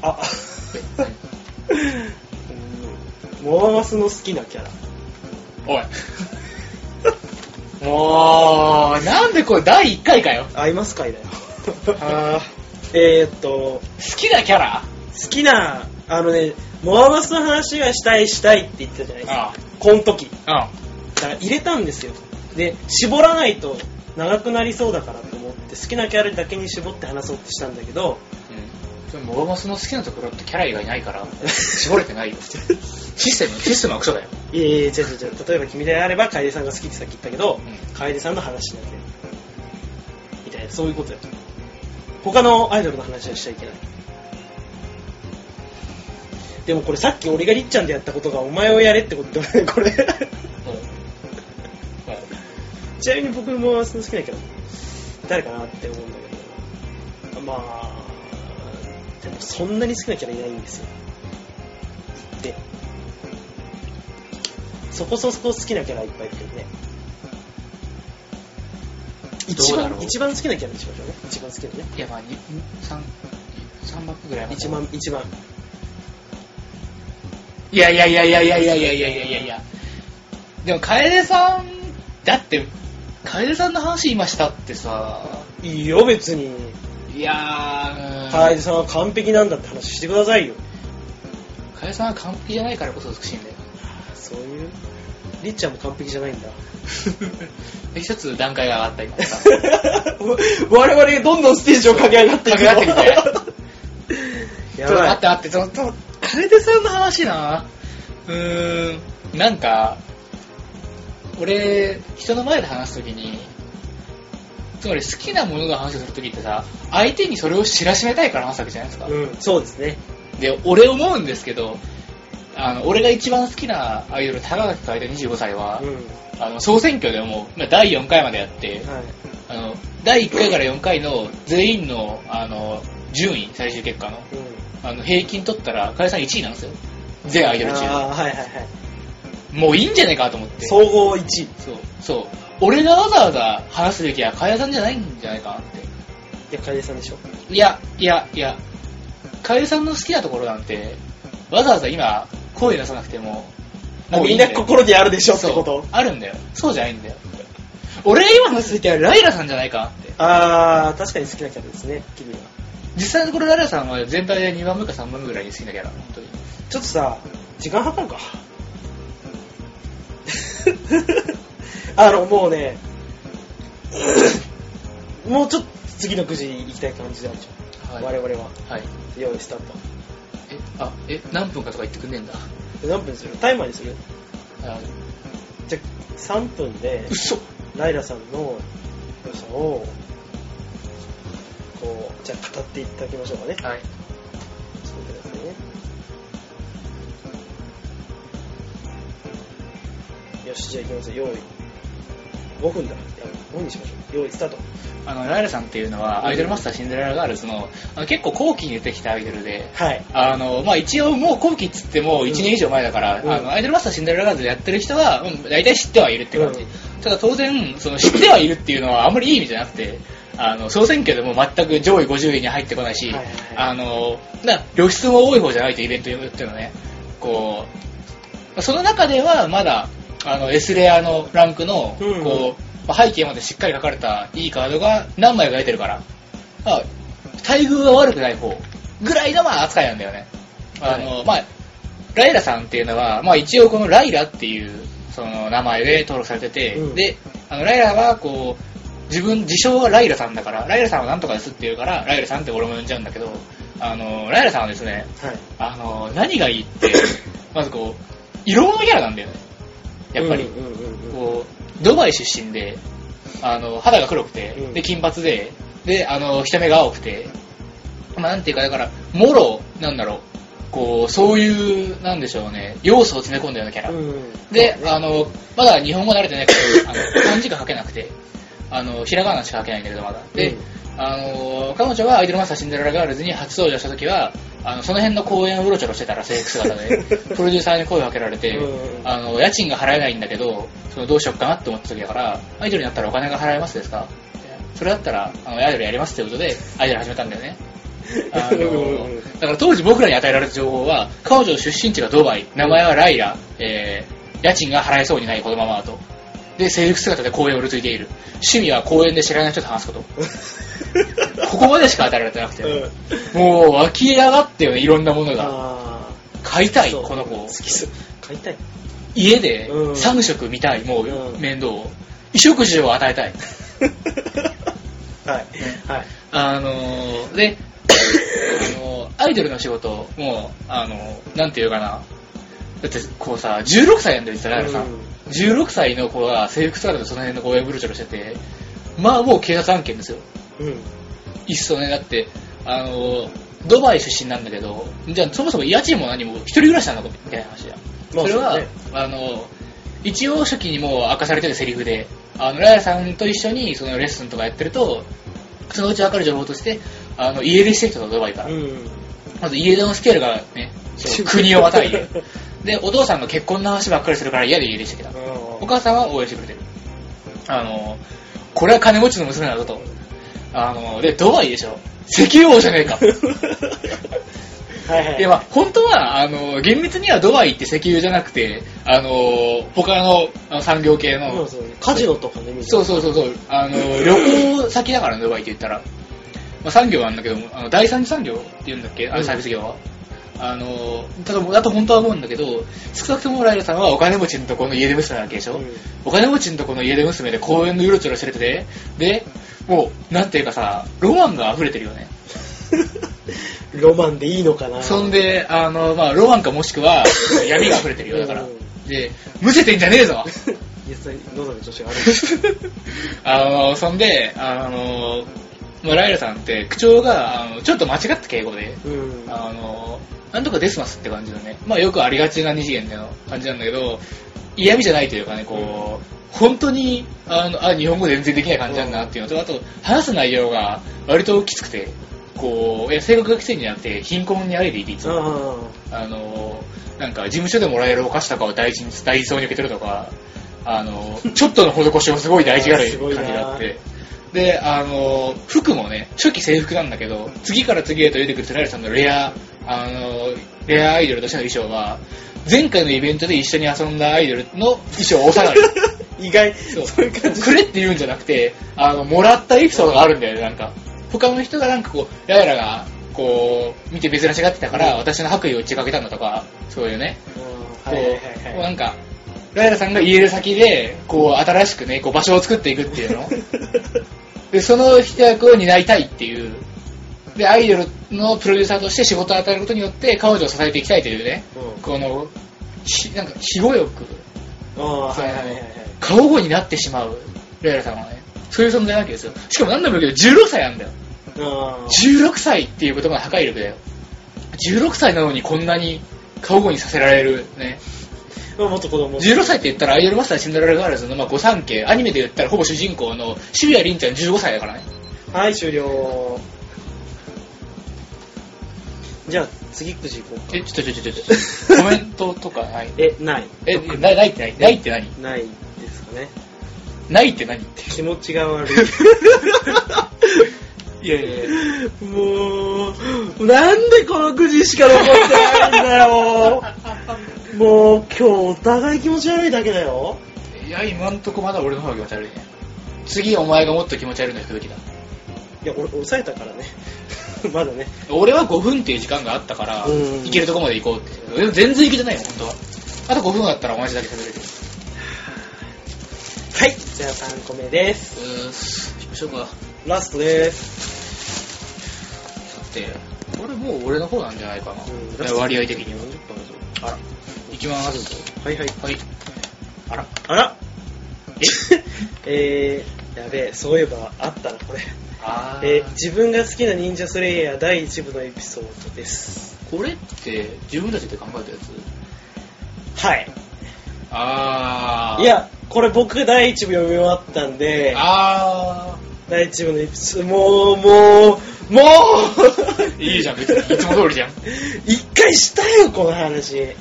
B: あ、 うんモアマスの好きなキャラ。
A: おい。もう、なんでこれ第1回かよ。
B: アイマス会だよ。
A: あ
B: えーっと、
A: 好きなキャラ
B: 好きな、あのね、モアマスの話がしたいしたいって言ってたじゃないです
A: あ
B: か。この時。
A: あ。
B: だから入れたんですよ。で、絞らないと長くなりそうだからと思って、好きなキャラだけに絞って話そうとしたんだけど、
A: うん。でも、モーマスの好きなところってキャラ以外ないから、絞れてないよ。システム、システムはクソだよ。
B: いやいや違う違う違う例えば君であれば楓さんが好きってさっき言ったけど、
A: うん
B: 楓さんの話なんでみたいなそういうことよ他のアイドルの話はしちゃいけないでもこれさっき俺がりっちゃんでやったことがお前をやれってことだよねこれ
A: もうも
B: ちなみに僕も好きだけど誰かなって思うんだけどまあでもそんなに好きなキャラいないんですよでそこそこ好きなキャラいっぱいいるけどね一
A: どうだ
B: 番
A: ろう
B: 一番好きなキャラにしましょうね一番好きなね
A: ういや、まあ、に三三幕ぐらいまで
B: 一番一番
A: いやいやいやいやいやいやいやいやいやいやいや。でも、楓さん、だって、楓さんの話今したってさ、
B: いいよ別に
A: いやー、うん
B: 楓さんは完璧なんだって話してくださいよ
A: 楓さんは完璧じゃないからこそ美しい んだよ。
B: そういうりっちゃんも完璧じゃないんだ
A: 一つ段階が上がった今さ。
B: 我々どんどんステージを駆け上がっていく
A: 駆け上がって
B: や
A: ちょっと
B: ば
A: 待っ
B: い
A: て待って、ちょっと、楓さんの話なうーん、なんか、俺、人の前で話すときに、つまり好きなものの話をするときってさ、相手にそれを知らしめたいから話すわけじゃないですか。
B: うん、そうですね
A: で、俺思うんですけど、あの、俺が一番好きなアイドル、高垣楓25歳は
B: う、ん
A: あの、総選挙でも、まあ第4回までやって、
B: はい
A: あの、第1回から4回の全員の、あの、順位、最終結果の、
B: うん
A: あの、平均取ったら、かえさん1位なんですよ。全アイドル中。
B: あーはいはいはい
A: もういいんじゃねえかと思って。
B: 総合1位い
A: そう。そう。俺がわざわざ話すべきは、かえさんじゃないんじゃないかなっ
B: や楓さんでしょ
A: て。いや、いや、いや、かえさんの好きなところなんて、わざわざ今、声出さなくても、もうい
B: み
A: い
B: ん
A: だ
B: な
A: よ
B: 心でやるでしょってこ
A: そ
B: と
A: う。あるんだよ。そうじゃないんだよ。俺が今話すべきは、ライラさんじゃないかなって。
B: あー確かに好きなキャラですね君は
A: 実際のところ、ライラさんは全体で2番目か3番目ぐらいに好きなキャラ、本当に。
B: ちょっとさ時間計るか あのもうねもうちょっと次のくじ行きたい感じであるじゃん、
A: はい
B: 我々は
A: はい。
B: 用意スタート
A: え、あ、え、何分かとか言ってくんねえんだ。
B: で何分にするタイマーにする
A: あ
B: じゃあ3分で
A: 嘘
B: ライラさんの良さをこうじゃあ語っていただきましょうかねちょっ
A: はい。
B: と待ってくださいねよしじゃあ行きますよ用意5分だいや5分にしましょう用意スタート
A: あの、ライラさんっていうのは、アイドルマスターシンデレラガールズの、あの結構後期に出てきたアイドルで、
B: はい
A: あの、まあ一応もう後期っつっても1年以上前だから、
B: うん
A: あの、アイドルマスターシンデレラガールズやってる人は、うん大体知ってはいるって感じ。
B: うん
A: ただ当然、その知ってはいるっていうのはあんまりいい意味じゃなくて、あの総選挙でも全く上位50位に入ってこないし、
B: はいはい
A: あのな露出も多い方じゃないとイベントっていうのはねこうその中ではまだあの S レアのランクのこう、
B: うん
A: まあ背景までしっかり書かれたいいカードが何枚か出てるからあ待遇が悪くない方ぐらいのまあ扱いなんだよねあの、まあライラさんっていうのは、まあ、一応このライラっていうその名前で登録されてて、
B: うん
A: であのライラはこう自分自称はライラさんだからライラさんはなんとかですって言うからライラさんって俺も呼んじゃうんだけどあのライラさんはですね
B: はい。
A: あの何がいいってまずこう色物キャラなんだよねやっぱり、
B: うんうんうんうん
A: こうドバイ出身であの肌が黒くて、
B: うん
A: で金髪でであの人目が青くて、まあ、なんていうかだからもろなんだろうこうそういうなんでしょうね要素を詰め込んだようなキャラ、
B: うん
A: で、
B: そうね
A: あのまだ日本語慣れてないからあ の漢字が書けなくてあのひらがなしか書けないんだけどまだで、
B: うん
A: あの彼女はアイドルマスターシンデレラガールズに初登場した時はあのその辺の公園をうろちょろしてたら制服姿 でプロデューサーに声をかけられて
B: うん
A: あの家賃が払えないんだけどそのどうしようかなって思った時だからアイドルになったらお金が払えますですかそれだったらあのアイドルやりますってことでアイドル始めたんだよねあの
B: うん
A: だから当時僕らに与えられた情報は彼女の出身地がドバイ名前はライラ、えー家賃が払えそうにないこのままだとで制服姿で公園をうるついている趣味は公園で知らない人と話すことここまでしか与えられてなくて、
B: うん
A: もう湧き上がってよねいろんなものが
B: あ
A: 買い
B: ー
A: たい
B: そう
A: この子
B: 好きそう買いたい
A: 家で
B: うん
A: 3食見たいも
B: う
A: うん面倒を衣食住を与えたい
B: はいはい
A: あのーで、あのーアイドルの仕事、もう、あのーなんていうかな、だってこうさ、16歳なんだよ、実はライラさん。
B: うん
A: 16歳の子が制服姿でその辺の公園ブルチョロしてて、まあもう警察案件ですよ。
B: うん
A: いっそね、だって、あのードバイ出身なんだけど、じゃあそもそも家賃も何も一人暮らしなんだみたいな話だ。
B: ま
A: そ
B: あ
A: れは、
B: そうね
A: あの、一応初期にもう明かされてるセリフで、あの、ライラさんと一緒にそのレッスンとかやってると、そのうちわかる情報として、あの、家出してきたとドバイから。
B: うん
A: まず家出のスケールがね、そう国をまたい で。で、お父さんが結婚の話ばっかりするから嫌で家出してきた。お 母さんは応援してくれてる。あの、これは金持ちの娘なんだと。あの、で、ドバイでしょ。石油王じゃねえ か。
B: はいはい
A: いやまあ、本当は、あの、厳密にはドバイって石油じゃなくて、あの、他のあの産業系
B: そ
A: の
B: う、そうカジノとかねみたいな
A: そうそうそうそう、あの、旅行先だからね、ドバイって言ったら。まあ、産業はあるんだけども、あの、第三次産業って言うんだっけあ
B: う
A: の、
B: ん
A: サービス業は。あの、ただ、だと本当は思うんだけど、少なくともライラさんはお金持ちのとこの家出娘なわけでしょ、
B: うん
A: お金持ちのとこの家出娘で公園のうろちょろしててね、で、もう、なんていうかさ、ロマンが溢れてるよね。
B: ロマンでいいのかな
A: そんで、あの、まあ、ロマンかもしくは、闇が溢れてるよ、だから
B: う。ん
A: で、むせてんじゃねえぞ
B: 実際喉の調子が悪い です
A: あの、そんで、あの、まあ、ライラさんって、口調が、あの、ちょっと間違った敬語で、
B: うん
A: あの、なんとかデスマスって感じのね、まあ、よくありがちな二次元での感じなんだけど、嫌味じゃないというかね、こう、本当に、あの、あ、日本語全然できない感じなんだなっていうのと、あと、話す内容が割ときつくて、こう、いや、性格がきついんじゃなくて、貧困にあえていて、いつも。
B: あ
A: あのなんか事務所でもらえるお菓子とかを大事に大事そうに受け取るとかあ のちょっとの施しをすごい大事がある感じがあってであの服もね初期制服なんだけど次から次へと出てくるテラリさんのレアあのレアアイドルとしての衣装は前回のイベントで一緒に遊んだアイドルの衣装をおさらい
B: ー意外
A: そう
B: そういう感 じ
A: くれって言うんじゃなくてあのもらったエピソードがあるんだよねなんか他の人がなんかこうライラがこう見て珍しがってたから私の白衣を打ちかけたんだとかそういうね
B: うん
A: こう
B: はいはいはい
A: こう
B: は
A: ないんかライラさんが家出先でこう新しくねこう場所を作っていくっていう のでその一役を担いたいっていうでアイドルのプロデューサーとして仕事を与えることによって彼女を支えていきたいというね
B: うん
A: このひなんか肥後欲
B: あーはいはいはいはい
A: 過保護になってしまうレイラさんはねそういう存在なわけですよしかも何度も言うけど16歳なんだよ
B: あー
A: 16歳っていう言葉の破壊力だよ16歳なのにこんなに過保護にさせられるね
B: まあもっと子供
A: 16歳って言ったらアイドルマスターシンデレラガールズのまあ御三家アニメで言ったらほぼ主人公の渋谷凛ちゃん15歳だからね
B: はい終了じゃあ次くじ行こうか
A: えちょちょちょちょ ちょコメントとかない
B: えない
A: えなないってないないって何
B: ないですかね
A: ないって何って。
B: 気持ちが 悪
A: いやいやい や。
B: い。もう、なんでこのくじしか残ってないんだよ。もう今日お互い気持ち悪いだけだよ。
A: いや、今んとこまだ俺の方が気持ち悪いね。次お前がもっと気持ち悪いの引く時だ。
B: いや、俺抑えたからね。 まだね。
A: 俺は5分っていう時間があったから、
B: うん
A: 行けるとこまで行こうって。でも全然行けてないよ、本当は。あと5分あったら同じだけ喋れる。
B: はい、じゃあ3個目です。
A: うーしましょうか。
B: ラストです。
A: さて、これもう俺の方なんじゃないかな。
B: うん
A: ね割合的には。あら、行きます。
B: はいはい。
A: はい。あら、
B: あらえ ー、やべえ、そういえばあったな、これ。
A: あ
B: えー自分が好きな忍者スレイヤー第1部のエピソードです。
A: これって自分たちで考えたやつ
B: はい。
A: あー。
B: い、や、これ僕が第1部読み終わったんで、
A: あ
B: 第1部のエピソード、もう、もう、も
A: ー。
B: う
A: いいじゃん、別に。いつも通りじゃん。
B: 一回したよ、この話。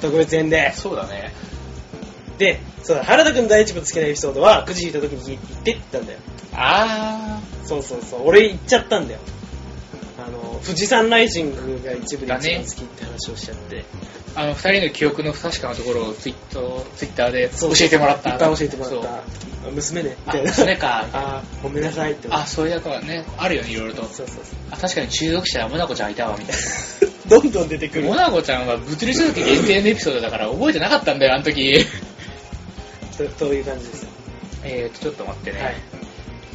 B: 特別編で。
A: そうだね。
B: で、そうだ、原田くん第1部の好きなエピソードは、くじ引いた時に言ってって言ったんだよ。
A: あ
B: そうそうそう、俺言っちゃったんだよ。あの、富士山ライジングが一部で一番好きって話をしちゃって。
A: ー。あの、二人の記憶の不確かなところをツイッターツイッターで
B: そ
A: 教
B: う
A: えてもらった。
B: いっぱい教えても
A: そ
B: らっ
A: う
B: た。あ娘ね。み
A: あ
B: たいな
A: 娘か
B: あーごめんなさいって。
A: あ、そういう役はね、あるよね、いろいろと。
B: そうそうそ
A: あ、確かに中毒者はモナコちゃんいたわ、みたいな。
B: う。どんどん出てくる
A: モ。ナコちゃんは物理中毒限定のエピソードだから覚えてなかったんだよ、あの時。
B: とという感じです。
A: えーと、ちょっと待ってね。
B: はい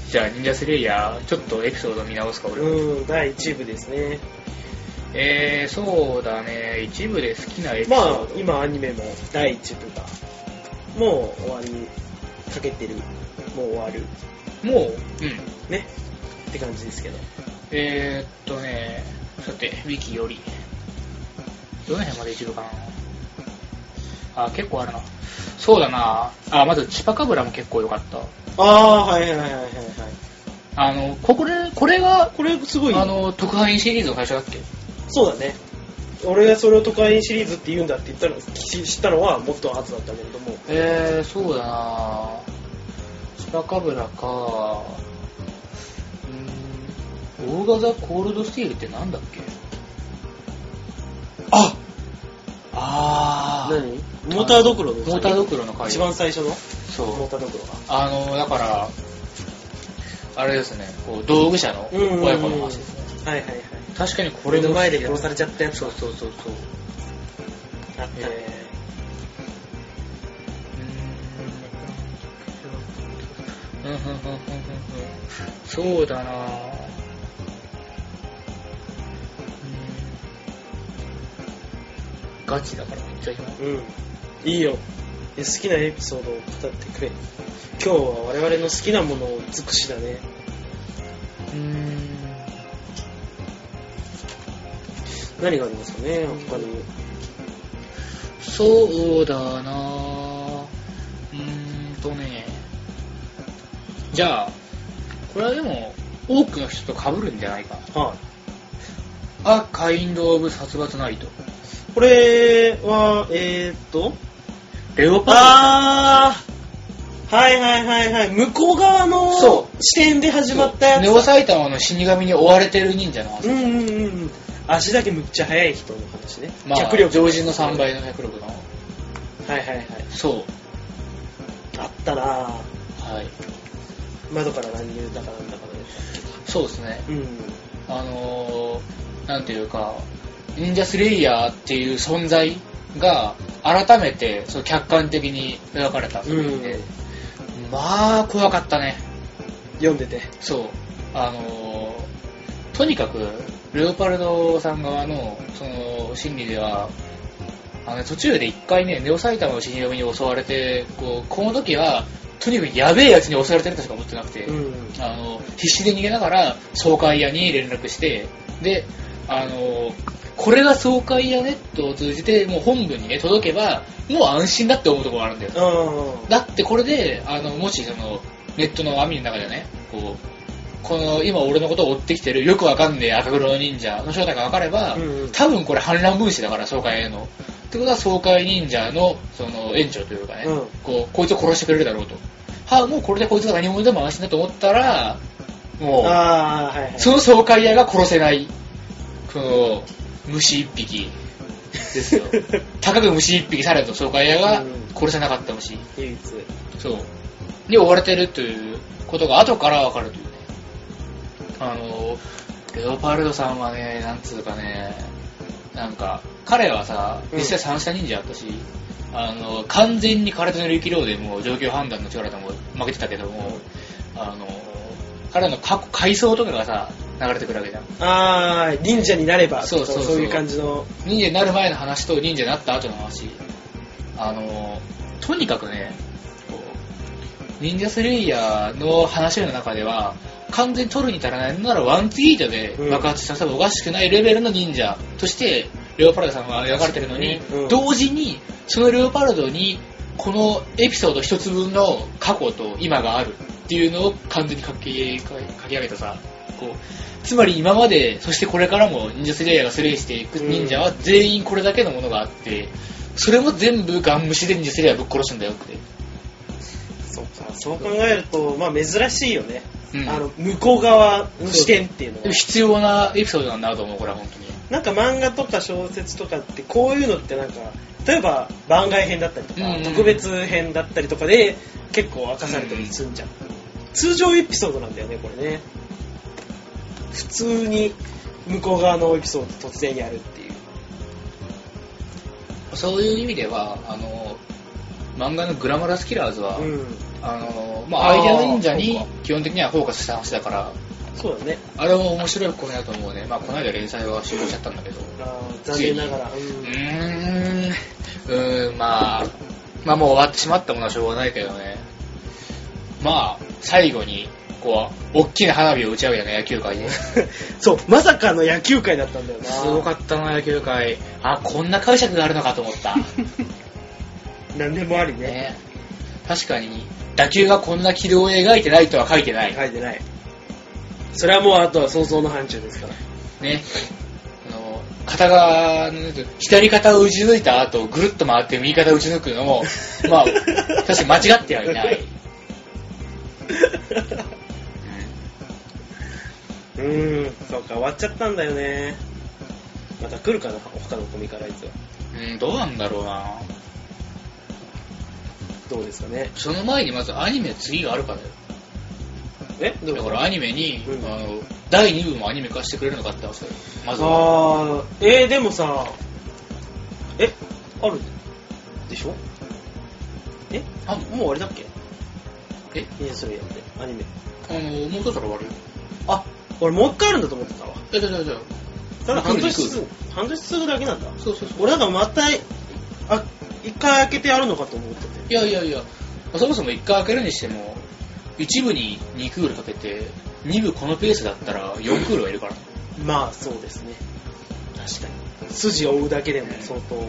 A: じゃあ、忍者スレイヤー、ちょっとエピソード見直すか、俺は。
B: うん、第1部ですね。
A: えー、そうだね、一部で好きなエピソ
B: ま
A: ー
B: あ
A: ド。、
B: 今アニメも第1部が、もう終わりかけてる。もう終わる。
A: もう、うん。
B: ね。って感じですけど。
A: えー、っとね、さて、ウィキより。どの辺まで一部かなあ、結構あるな。そうだな。あ、まず、チパカブラも結構良かった。
B: ああ、はいはいはいはいはい。
A: あの、ここれ、これが、
B: これすごい。
A: あの、特派員シリーズの最初だっけ
B: そうだね。俺がそれを都会シリーズって言うんだって言ったの、き知ったのはもっと後だったけれども。
A: えー、そうだなチパカブラか、うーん、オーガザ・コールド・スティールってなんだっけ
B: あ
A: あ
B: 何モータードクロの
A: モータードクロの回
B: 一番最初の
A: そ
B: モー
A: う。
B: タードクロが。
A: あの、だから、あれですね、こう道具者の
B: うん
A: 親子の話ですね。
B: はいはいはい。
A: 確かにこ
B: 俺
A: れも
B: の
A: 好きだ
B: 前で殺されちゃったやつ
A: そ
B: あっ
A: うそうそうそう。
B: たね。
A: えうんうんうんうんうんうんそうだなぁうんガチだからめっちゃ今
B: うん。いいよ。え好きなエピソードを語ってくれ。今日は我々の好きなものを尽くしだね。
A: うん
B: 何がありますかね、他に。
A: そうだなぁうーんとねじゃあこれはでも多くの人と被るんじゃないかな
B: はい。
A: あカインド・オブ・殺伐ナイト
B: これは、えー、っと、
A: レオパルト
B: あー、はいはいはいはい、向こう側の
A: そ
B: 視点で始まったやつ。
A: ネオ埼玉の死神に追われてる忍者の話、
B: うんうんうんうん。足だけむっちゃ速い人の話ね。
A: まあ、
B: 脚力。
A: 常人の3倍の脚力の
B: はいはいはい。
A: そ
B: あったな
A: う
B: ぁ。
A: はい
B: 窓から乱入だかなんだかね。
A: そうですね
B: うん。
A: あのー、なんていうか忍者スレイヤーっていう存在が改めてそう客観的に描かれた作品で、まあ怖かったね
B: 読んでて。
A: そうあのー、とにかくレオパルドさん側のその心理ではあの途中で一回ねネオ埼玉の死神に襲われてこうこの時はとにかくやべえやつに襲われてるとしか思ってなくて、
B: うん。
A: あの必死で逃げながら総会屋に連絡してであのこれが総会屋ネットを通じてもう本部にね届けばもう安心だって思うところがあるんだよ
B: うん。
A: だってこれであのもしそのネットの網の中でねこうこの今俺のことを追ってきてるよくわかんねえ赤黒の忍者の正体がわかれば、
B: うん
A: 多分これ反乱分子だから総会へのってことは総会忍者のその園長というかね、
B: うん
A: こうこいつを殺してくれるだろうとはあ、もうこれでこいつが何者でも安心だと思ったら、もう、
B: ああ、はいはい。
A: その爽快屋が殺せない、この、虫一匹ですよ。高く虫一匹されたと爽快屋が殺せなかった虫。
B: 唯一。
A: そう。で、追われてるということが後からわかるというね。あの、レオパルドさんはね、なんつうかね、なんか、彼はさ、
B: うん
A: 実際三者忍者だったし、あの、完全に体の力量でもう状況判断の力でも負けてたけども、あの、彼の過去、階層とかがさ、流れてくるわけじゃん。
B: ああ、忍者になれば、
A: そうそうそう
B: そういう感じの。
A: 忍者になる前の話と忍者になった後の話。あの、とにかくね、こう忍者スレイヤーの話の中では、完全に取るに足らないのならワンツイートで爆発させてもおかしくないレベルの忍者として、レオパルドさんは描かれてるのに、
B: うん
A: 同時に、そのレオパルドに、このエピソード一つ分の過去と今があるっていうのを完全に書き書き上げたさ、こう、つまり今まで、そしてこれからも忍者スレイヤーがスレイしていく忍者は全員これだけのものがあって、それも全部ガン無視で忍者スレイヤーぶっ殺すんだよって。
B: そうか、そう考えると、まあ珍しいよね。
A: うん
B: あの、向こう側の視点っていうの
A: で
B: は
A: も。必要なエピソードなんだなと思う、これは本当に。
B: なんか漫画とか小説とかってこういうのってなんか例えば番外編だったりとか、
A: うんうん
B: 特別編だったりとかで結構明かされたりするんじゃん、通常エピソードなんだよねこれね普通に向こう側のエピソード突然やるっていう
A: そういう意味では、あの、漫画のグラマラスキラーズは、
B: うん
A: あの、ま
B: あ
A: あ、
B: ー
A: アイデア忍者に
B: そうか
A: 基本的にはフォーカスした話だから、
B: そうだね
A: あれも面白いコーナーだと思うね。まあ、この間連載は終了しちゃったんだけど。
B: あー残念ながら、う
A: うー
B: ん
A: ん、うーん、まあ、まあもう終わってしまったものはしょうがないけどね。まあ、最後に、こう、大きな花火を打ち上げたね、野球界で。
B: そうまさかの野球界だったんだよな
A: すごかったな、野球界。あ、こんな解釈があるのかと思った。
B: 何でもありね
A: ね、確かに、打球がこんな軌道を描いてないとは書いてない。
B: 書いてないそれはもうあとは想像の範疇ですから
A: ね。あの、片側の、左肩を打ち抜いた後、ぐるっと回って右肩を打ち抜くのも、 まあ、確かに間違ってはいない。
B: うーん、そうか、終わっちゃったんだよね。また来るかな、他のコミカライズは。
A: うん、どうなんだろうな。
B: どうですかね。
A: その前にまずアニメ次があるからだ
B: えどう
A: よ。だからアニメに、
B: うん
A: あの、第2部もアニメ化してくれるのかって話だよ。まずは。
B: あー、えー、でもさ、え、あるでしょえあ、もう終わりだっけ
A: え、
B: いや、それやって、アニメ。
A: あの、もうちょっと終わるよ。
B: あ、俺もう一回あるんだと思ってたわ。
A: え、だだだ
B: ただ半年
A: 行く
B: すぐ、半年すぐだけなんだ。
A: そうそうそう。
B: 俺なんかまた、あ、一回開けてやるのかと思ってて。
A: いやいやいや、そもそも1回開けるにしても、1部に2クールかけて、2部このペースだったら4クールはいるから。
B: まあそうですね
A: 確かに。
B: 筋を追うだけでも相当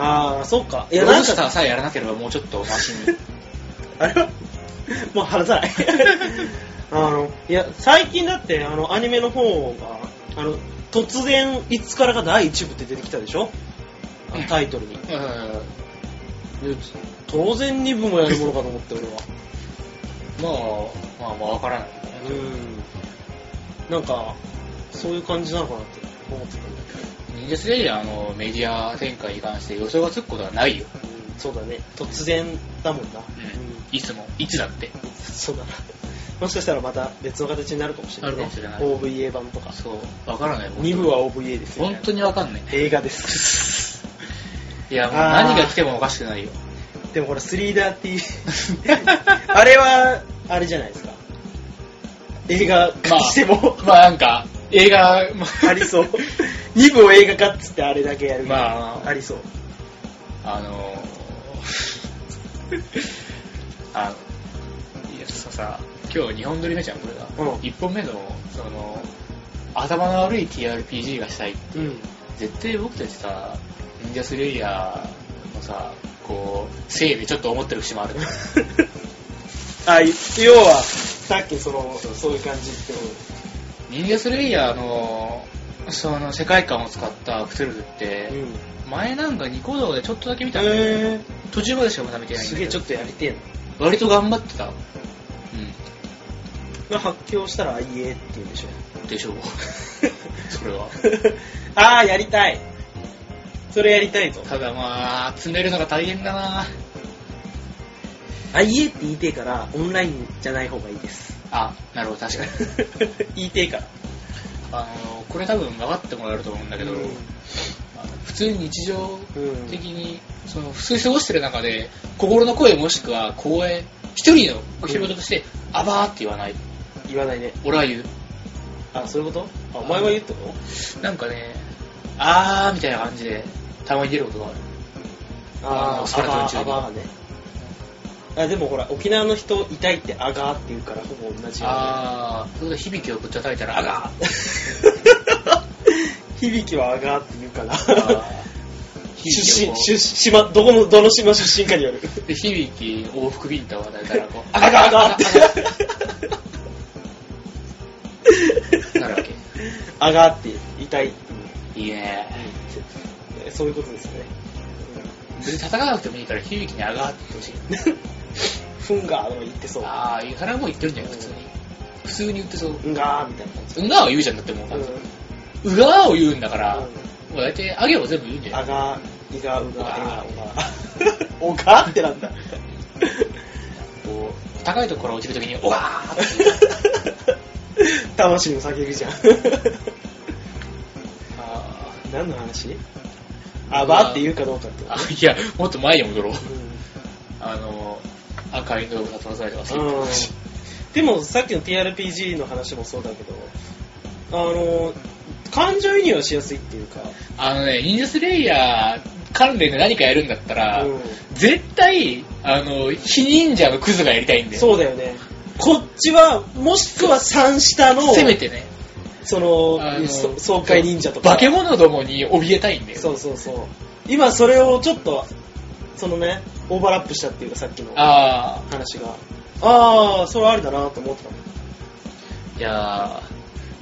B: ああそうかい
A: い
B: や
A: や、
B: な
A: ロ
B: ん
A: スタ
B: か
A: ーさえやらなければもうちょっとマシに。
B: あれはもう話さない あのいや最近だってあのアニメの方があの突然いつからか第1部って出てきたでしょあのタイトルに当然2部もやるものかと思って俺は
A: まあ、まあ、まあ、わからない。
B: うんなんかそういう感じなのかなって思ってたんだけど
A: 忍者スレイヤーのメディア展開に関して予想がつくことはないよ。
B: うんそうだね突然だもんな、うん
A: いつも、いつだって。
B: そうだな。もしかしたらまた別の形になるかもしれない、ね。
A: なるかもしれない
B: OVA 版とか。
A: そう、わからない。
B: 2部は OVA ですよ、
A: 本当にわかんない。
B: 映 画です。
A: いや、もう
B: あー
A: 何が来てもおかしくないよ。
B: でもほら、スリーダーティあれは、あれじゃないですか。映画化しても、
A: まあなんか、映画、まあ
B: あ りそう。2部を映画化っつってあれだけやるみたいな。
A: まあ
B: ありそう。
A: あのー あの、いや、そうさ、今日2本撮り目じゃん、これが。
B: うん
A: 1本目の、その、頭の悪い TRPG がしたい。
B: うん。
A: 絶対僕たちさ、忍者スレイヤーのさ、こう、せいでちょっと思ってる節もある。
B: あ、い要は、さっきその、そういう感じってこと
A: 忍者スレイヤーの、その、世界観を使ったクトゥルフって、
B: うん。
A: 前なんかニコ動でちょっとだけ見たんだよ
B: え
A: 途中までしかまだ見て
B: ー、
A: ないん
B: す
A: だ
B: げ
A: け
B: え
A: ど
B: ちょっとやりてえな。
A: 割と頑張ってた。
B: まあ発狂したら、あいえって言う でしょ。
A: うん。でしょう。それは。
B: ああ、やりたい。それやりたいぞ。
A: ただまあ、詰めるのが大変だな
B: あいえって言いてえから、オンラインじゃない方がいいです。
A: あ、なるほど、 確かに。
B: 言いてえから。
A: あの、これ多分分かってもらえると思うんだけど、
B: うん
A: あの普通に日常
B: うん
A: 的に、その、普通に過ごしてる中で、心の声もしくは公園、一人の独り言として、あばーって言わない。
B: 言わないね。
A: 俺は言う。
B: あ、そういうことあ、お前は言うってこ
A: なんかね、あーみたいな感じで、たまに出ることがある。
B: と
A: あー
B: ーアバー、
A: ア
B: ア
A: バ
B: バーね。あ、でもほら、沖縄の人、痛いってアガーって言うから、ほぼ同じよね。
A: あー、それで響きをぶったたいたら、あがー。
B: 響きはアガーって言うから。出
A: 響きを
B: 身、
A: こ
B: 出身、島、どこの、どの島出身かによる。
A: うで響き往復ビンタを与えたら、 こう、あ
B: アガ
A: ががが
B: ーアガ
A: がが
B: ー
A: なるわ
B: アガーって痛いっていう。
A: け。いいね。
B: えそういうことですよね。
A: 別に戦わなくてもいいから、響きにあがーって言ってほしい。
B: フンガーとか言ってそう。
A: あー、いいからもう言ってるんじゃない普通に。普通に言ってそう。
B: うんがーみたいな感じ。
A: うがーを言うじゃんだっても
B: うん
A: う、うがーを言うんだから、もう大体、あげを全部言うんじゃない
B: あが、いが、うが、えが
A: あ、
B: おが。お がってなんだ。
A: こう、高いところから落ちるときに、おがーって言う。
B: 魂の叫びじゃん。
A: あ
B: 何の話あばって言うかどうかって
A: ー
B: こと。
A: あいや、もっと前に戻ろう。
B: う
A: あの、赤い動画撮らされてます。
B: んうんでもさっきの TRPG の話もそうだけど、あの、感情移入はしやすいっていうか、
A: あのね、忍者スレイヤー関連で何かやるんだったら、
B: うん
A: 絶対、あの、非忍者のクズがやりたいんで。
B: そうだよね。こっちは、もしくは3下の、
A: せめてね、
B: その
A: あの
B: そ爽快忍者とか
A: 化け物どもに怯えたいんだよ。
B: そうそうそう今それをちょっとそのねオーバーラップしたっていうかさっきの
A: あ
B: 話がああそれありだなと思ってたもん
A: あ、いや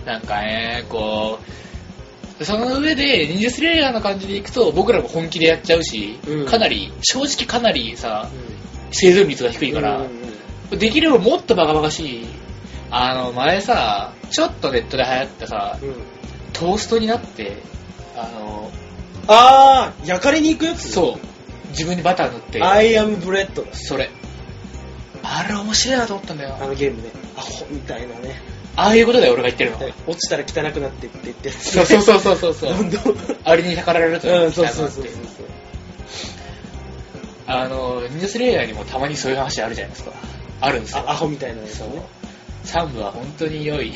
A: ーなんかね、こう、その上で忍者スレイヤーの感じでいくと、僕らも本気でやっちゃうし、
B: うん
A: かなり、正直かなりさ、生存率が低いから、
B: うんうんうん
A: できればもっとバカバカしい。あの、前さ、ちょっとネットで流行ったさ、
B: うん
A: トーストになって、あの、
B: ああ焼かれに行くやつう
A: そう、自分にバター塗って、
B: アイアムブレッドだ
A: それ。あれ面白いなと思ったんだ
B: あ
A: よ。
B: のゲームねアホみたいなね
A: ああいうことだよ、俺が言ってるの。
B: 落ちたら汚くなってってってやつ
A: そうそうそうそうそう。
B: どんどん
A: あれに逆らえると
B: うん
A: き
B: そう
A: な
B: そ
A: く
B: う
A: なっ
B: そう
A: て。
B: そう
A: あの、ニュースレイヤーにもたまにそういう話あるじゃないですか。あるんですよ
B: あ。アホみたいなやつね
A: 3部は本当に良い。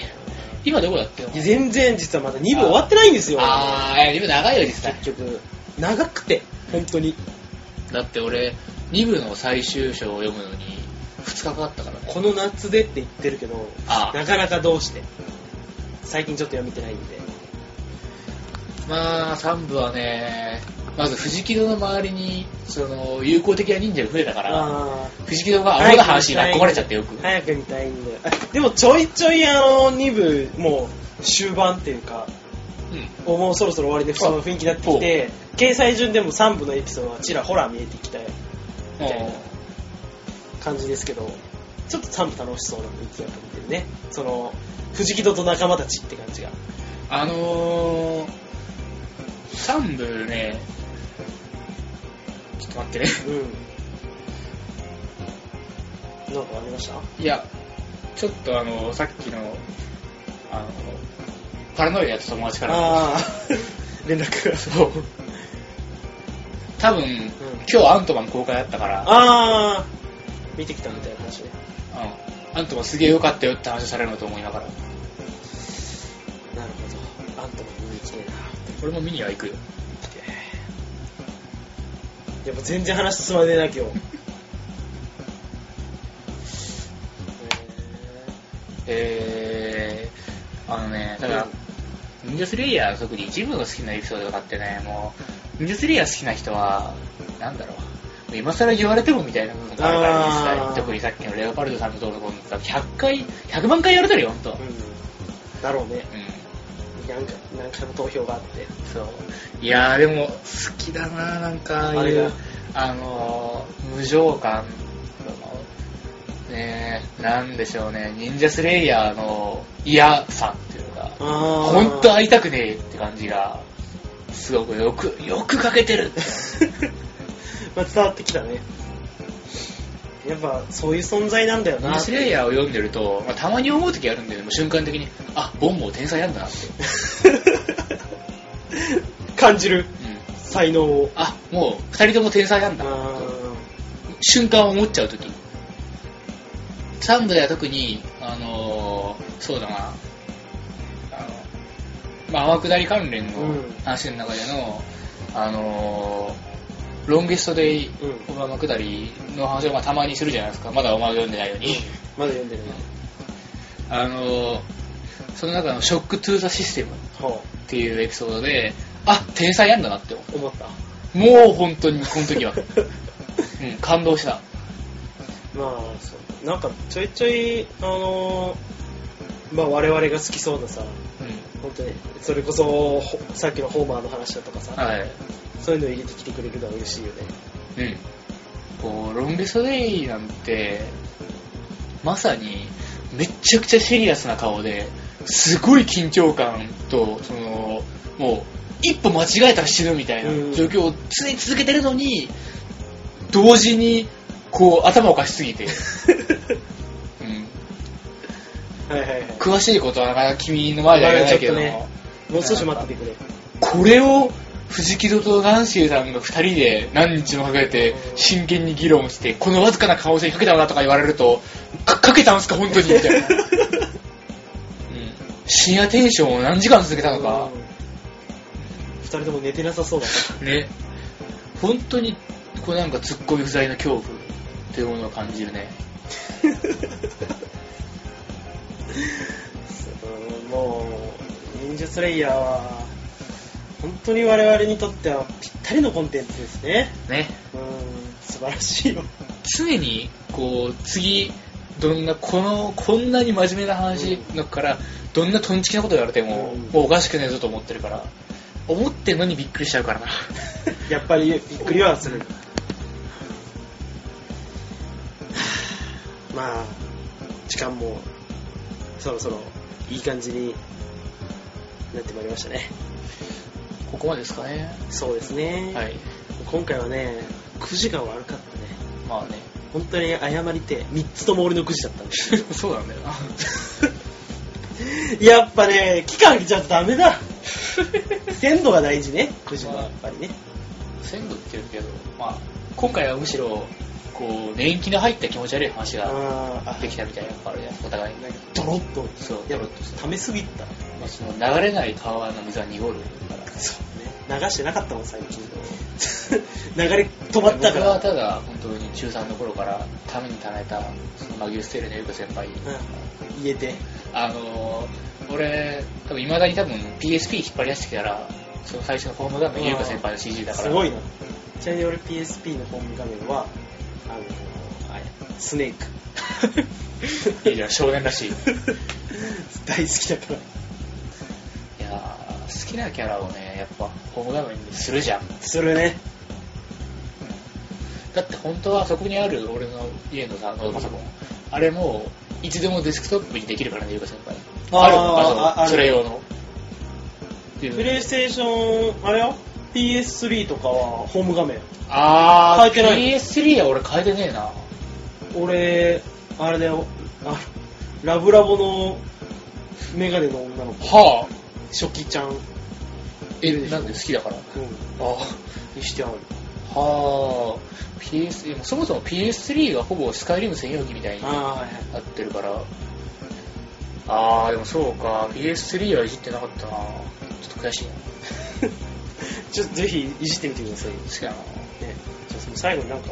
A: 今どこだっけ
B: 全然実はまだ2部終わってないんですよ
A: あー、今長いよ、実際。
B: 結局長くて本当に
A: だって俺2部の最終章を読むのに2日かかったからね
B: この夏でって言ってるけど
A: ああ
B: なかなかどうして最近ちょっと読めてないんで
A: まあ3部はねまず藤木戸の周りにその友好的な忍者が増えたから
B: あ
A: 藤木戸がアホな話に巻き込まれちゃってよく
B: 早く見たいんであでもちょいちょいあの2部もう終盤っていうか
A: うん
B: もうそろそろ終わりでその雰囲気になってきて掲載順でも3部のエピソードはちらほら見えてきたみたいな感じですけどちょっと3部楽しそうな雰囲気が出てるねその藤木戸と仲間たちって感じが
A: あのー、3部ねちょっと待ってね
B: うんなんかありました
A: いやちょっとあのさっきのあのパラノイアやった友達から
B: ああ連絡がそう
A: 多分、今日アントマン公開だったから
B: ああ見てきたみたいな話ね
A: うん。アントマンすげえ良かったよって話をされるのと思いながら。
B: なるほどアントマン見に来てえな
A: 俺も見には行くよ。
B: やっぱ全然話進まねえな今 日へ
A: えー、あのね、ただ、忍者スレイヤー特に一部の好きなエピソードとかってね、もう、忍者スレイヤー好きな人は、なんだろう。もう今更言われてもみたいな部分があるから
B: あー
A: 実際、特にさっきのレオパルドさんのところのさ、100回、100万回やられてるよ、ほんと。
B: え
A: う
B: うんだろうね
A: ん。
B: 何回何回も投票があって
A: そう。いやー、でも、好きだななんか、ああ
B: あ
A: い
B: れ
A: う
B: が、
A: あのー、無情感、ねえ、なんでしょうね、忍者スレイヤーの嫌さっていうのが、
B: あー
A: 本当会いたくねえって感じが、すごくよく、よくかけてる
B: まあ伝わってきたね。やっぱ、そういう存在なんだよ
A: 忍者
B: な。
A: スレイヤーを読んでると、まあ、たまに思う時あるんだけども、瞬間的に、あ、ボンボ天才なんだなって。
B: 感じる。
A: うん
B: 才能を。
A: あ、もう二人とも天才なんだ。
B: あ
A: 瞬間思っちゃうとき。三部では特に、あのーそうだな、あの、まあ、天下り関連の
B: うん
A: 話の中での、あのーロンゲストデイ、
B: ーうん。
A: 小浜下りの話をまあたまにするじゃないですか。まだお前を読んでないのに。
B: まだ読んでるね。
A: あのーその中のショックトゥーザシステムっ
B: は
A: ていうエピソードで、あ、天才やんだなって思
B: あ、思った。
A: う。もう本当に、この 時は。うん、感動した。
B: まあ、そう。なんか、ちょいちょい、あのーまあ、我々が好きそうなさ、
A: うん。
B: 本当に、それこそ、ほさっきのホーマーの話だとかさ、
A: はい。
B: そういうの入れてきてくれるのは嬉し いよね。
A: うん。こう、ロンゲソデイなんて、まさに、めっちゃくちゃシリアスな顔で、すごい緊張感と、その、もう、一歩間違えたら死ぬみたいな
B: うん
A: 状況を常に続けてるのに、同時に、こう、頭おかしすぎて、うん。
B: はいはいはい。
A: 詳しいことはなかなか君の前では言えないけども、
B: まあちょっとねもう少し待っててくれ。
A: これを藤木戸とナンシーさんが二人で何日もかけて真剣に議論して、このわずかな可能性にかけたのだとか言われると、かかけたんすか、本当にみたいな。うん 深夜テンションを何時間続けたのか
B: う、ん二人とも寝てなさそうだ
A: ね。本当に、こうなんか突っ込み不在の恐怖っていうものを感じるね。
B: な、うんもう忍者スレイヤーは本当に我々にとってはぴったりのコンテンツですね
A: ね。
B: うん素晴らしいよ
A: 常にこう次どんなこのこんなに真面目な話のからどんなトンチキなこと言われても、
B: うん
A: もうおかしくねえぞと思ってるから思ってんのにびっくりしちゃうからな
B: やっぱりびっくりはするはあ まあ時間もそろそろいい感じになってまいりましたね
A: ここまでですかね
B: そうですね、
A: はい
B: 今回はねくじが悪かったね
A: まあね
B: 本当に謝りて3つとも俺のくじだったんです
A: そうなんだよな
B: やっぱね期間来ちゃうとダメだ鮮度が大事ねくじはやっぱりね
A: 鮮度って言うけど、まあ、今回はむしろこう年季の入った気持ち悪い話が
B: あーあ
A: できたみたいなのがあるじゃんお互いに、
B: なんかドロッと
A: そう
B: や
A: ド
B: っ
A: ロッとし
B: ぱ溜めすぎた
A: まあ、その流れない川の水は濁るから
B: ね流してなかったもん最近 流れ止まったか
A: 僕は
B: ら
A: ただ本当に中3の頃からためにためたその和牛ステールのゆうか先輩に、
B: うん言えて
A: あのー俺多分いまだに多分 PSP 引っ張り出してきたらその最初のホームガンのゆうか先輩の CG だから
B: すごいなちなみに俺 PSP のホーム画面はあのあれス ネーク
A: いいじゃん少年らしいい
B: 大好きだから
A: やー好きなキャラをねやっぱホーム画面にするじゃん
B: するね
A: だって本当はそこにある俺の家のさノートパソコンあれもういつでもデスクトップにできるからねゆうか先輩
B: あー
A: あるの
B: ああ
A: か
B: る
A: それ用のっていう
B: プレイステーション、あれよ ?PS3 とかはホーム画面。
A: あー、
B: 変えてない
A: PS3 は俺変えてねえな。
B: 俺、あれだよ、あラブラボのメガネの女の子、
A: はぁ、
B: 初期ちゃん、うん、
A: え、なんで好きだから。あ
B: にしてある。
A: はぁ、PS、でもそもそも PS3 がほぼスカイリム専用機みたいにな
B: ああ、はいはい。
A: ってるから。あー、でもそうか、PS3 はいじってなかったな。ちょっと悔しいな。
B: ちょっとぜひいじってみてください。ね、
A: 好きだな。
B: じゃあその最後になんか、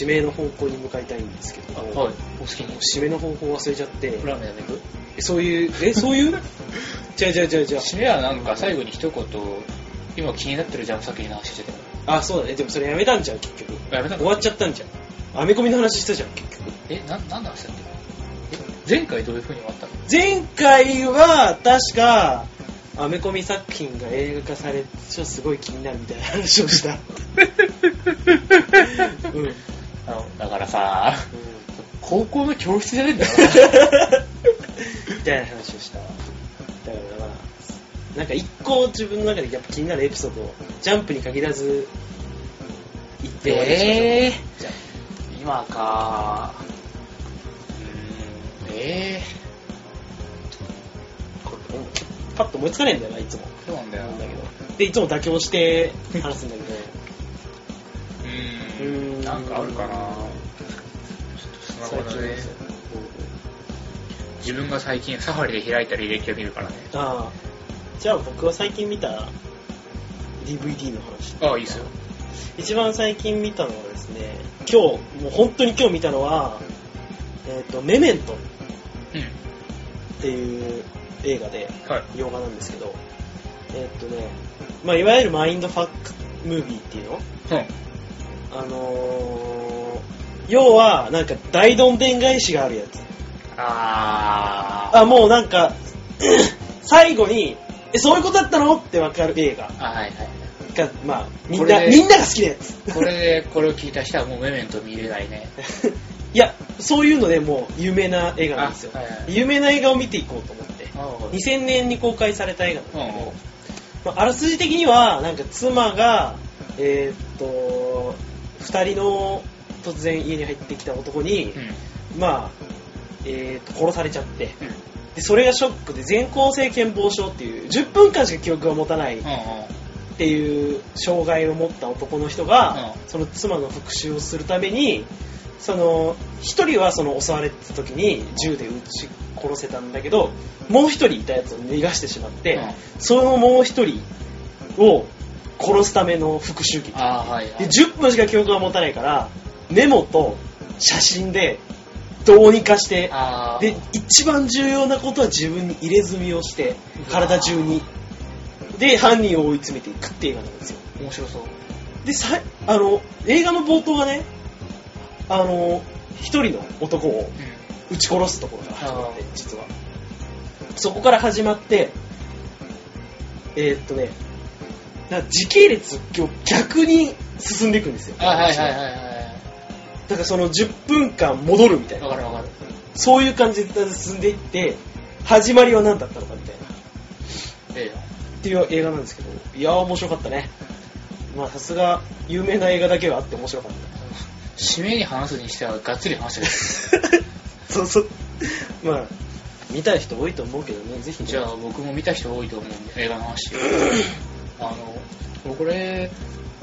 B: 指名の方向に向かいたいんですけど、
A: あはい、お好きに。
B: 指名の方向忘れちゃって、
A: ラーメンやめく
B: そういう、 え、そういうじゃあじゃあじゃあじゃ
A: 締めはなんか最後に一言、今気になってるジャンプ作品の話してたよ
B: あ、あ、そうだね。でもそれやめたんじゃん、結局。
A: やめた
B: 終わっちゃったんじゃん。アメコミの話したじゃん、結局。
A: え、な、なんだ話したっけえ前回どういう風に終わったの
B: 前回は、確か、アメコミ作品が映画化され、ちょっとすごい気になるみたいな話を した。うん。うん
A: あのだからさ、高校の教室じゃねえんだよ
B: みたいな話をしたわだからまあなんか一個自分の中でやっぱ気になるエピソードをジャンプに限らず言って終わりにしましょう、
A: ええ
B: じゃあ
A: 今かうーんええ
B: これうんパッと思いつかないんだよないつも
A: そうなんだよ
B: なんだけどでいつも妥協して話すんだけど
A: うー
B: うーん
A: んなんかあるかなちょっとスマホだね自分が最近サファリで開いた履歴を見るからね
B: ああじゃあ僕は最近見た DVD の話
A: ああいいっすよ
B: 一番最近見たのはですね今日もう本当に今日見たのは「えっとメメント」っ
A: うん
B: ていう映画で
A: はい
B: 洋画なんですけどえっとね、まあ、いわゆるマインドファックムービーっていうの
A: うん
B: あのー要はなんか大どんでん返しがあるやつ
A: あー
B: あもうなんか 最後にえそういうことだったのってわかる映画
A: あはいはい
B: がまあみん
A: こ
B: な
A: れ
B: みんなが好きなやつ
A: これでこれを聞いた人はもうメメント見れないね
B: いやそういうのでもう有名な映画なんですよ、
A: あはいはい
B: 有名な映画を見ていこうと思って
A: あー
B: 2000年に公開された映画なんだけ
A: うんう
B: ど
A: ん、
B: まあ、あらすじ的にはなんか妻がえーっと2人の突然家に入ってきた男に、まあ、えーっと殺されちゃって、
A: うん
B: でそれがショックで全校性健忘症っていう10分間しか記憶が持たないっ
A: うんうん
B: ていう障害を持った男の人が、
A: う
B: その妻の復讐をするためにその一人はその襲われた時に銃で撃ち殺せたんだけどもう一人いたやつを逃がしてしまって、
A: うん
B: そのもう一人を殺すための復讐劇
A: あーはいはい
B: で10分しか記憶が持たないからメモと写真でどうにかして
A: あー
B: で一番重要なことは自分に入れ墨をして体中にで犯人を追い詰めていくっていう映画なんですよ
A: 面白そう
B: でさあの映画の冒頭がねあの一人の男を撃ち殺すところから始まっ
A: あ
B: て
A: ー
B: 実はそこから始まってえーっとねなんか時系列を逆に進んでいくんですよ
A: あはいはいはいは
B: だからその10分間戻るみたい
A: い
B: な
A: わかるわかる
B: そういう感じで進んでいって始まりは何だったのかみたいな
A: ええよ
B: っていう映画なんですけどいやー面白かったねまあさすが有名な映画だけはあって面白かっ
A: 締めに話すにしてはがっつり話して
B: た そうそうまあ見たい人多いと思うけどねぜひ
A: る
B: ね
A: じゃあ僕も見た人多いと思うんで映画の話あの僕これ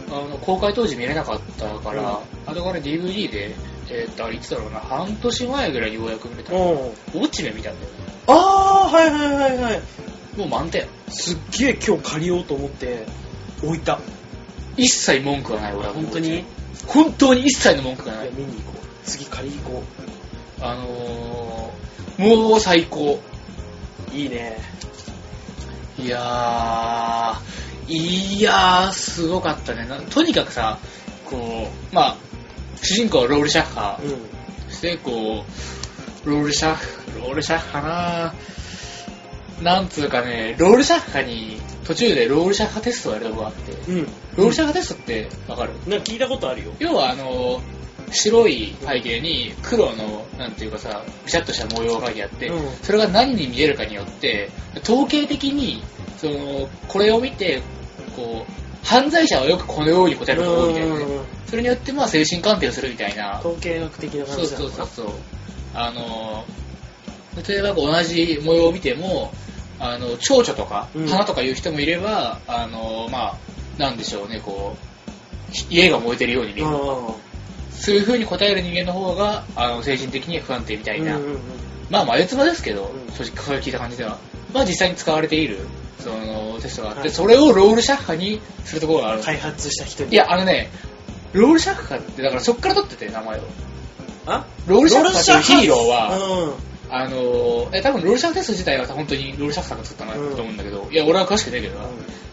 A: あの公開当時見れなかったから、
B: うん
A: あとから DVD でえーっとあれいつだろうな半年前ぐらいようやく見たウ
B: うん
A: ォッチメン見たんだよね
B: ああはいはいはいはい
A: もう満点
B: すっげえ今日借りようと思って置いた
A: 一切文句はない俺は
B: 本当にい
A: 本当に一切の文句がな
B: や
A: い
B: 見に行こう次借りに行こ
A: あのー、もう最高
B: ういいね
A: いやー、いやー、すごかったね。なとにかくさ、こう、まあ、主人公はロールシャッハ
B: うん
A: そして、こう、ロールシャッハ、ロールシャッハなーなんつうかね、ロールシャッハに、途中でロールシャッハテストをやるとこがあって、
B: うん
A: ロールシャッハテストってわかる
B: なんか聞いたことあるよ
A: 要はあの、白い背景に黒の、なんていうかさ、ピシャッとした模様が描いてあって、
B: うん
A: それが何に見えるかによって、統計的に、その、これを見て、こう、犯罪者はよくこのように答えることが多いみたいなね
B: うん
A: それによって、まあ、精神鑑定をするみたいな。
B: 統計学的な
A: そう
B: 感じな
A: そ
B: の
A: う
B: か
A: そ
B: な
A: うそう。あの、例えば同じ模様を見ても、あの、蝶々とか
B: うん、
A: 花とかいう人もいれば、あの、まあ、なんでしょうね、こう、ひ家が燃えてるように見える。
B: あ
A: そういう風に答える人間の方が、あの、精神的には不安定みた
B: あ
A: いな。
B: うんうんうん
A: まあ、眉唾ですけど、
B: うん
A: 正直、これ聞いた感じでは。まあ、実際に使われている、その、テストがあって、
B: はい
A: それをロールシャッハにするところがある。
B: 開発した人に
A: いや、あのね、ロールシャッハって、だからそっから取ってて、名前を。
B: あ
A: ロールシャッハっていうヒーローは、
B: は、
A: あの、え、多分ロールシャッハテスト自体は本当にロールシャッハが作ったのだと思うんだけど、いや、俺は詳しくないけどな、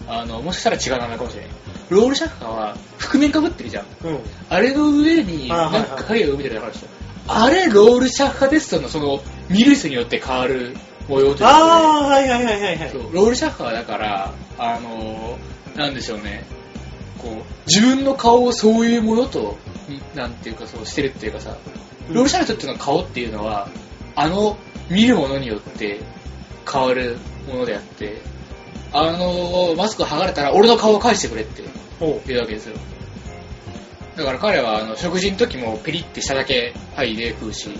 A: あの、もしかしたら違う名前かもしれない。ロールシャッハは、覆面かぶってるじゃん。
B: うん。うん。
A: あれの上に、
B: あ
A: な
B: ーはい
A: んか影を見てるだからでしょ。あれ、ロールシャッハテストのその、見る人によって変わる模様というか
B: ああ、はいはいはいはいは
A: ね
B: い
A: そ。うロールシャッハはだから、あのー、なんでしょうね、こう、自分の顔をそういうものとになんていうかそうしてるっていうかさ労働者にとっての顔っていうのはあの見るものによって変わるものであってあのマスク剥がれたら俺の顔を返してくれって
B: おう
A: 言うわけですよだから彼はあの食事の時もピリってしただけはいで食うし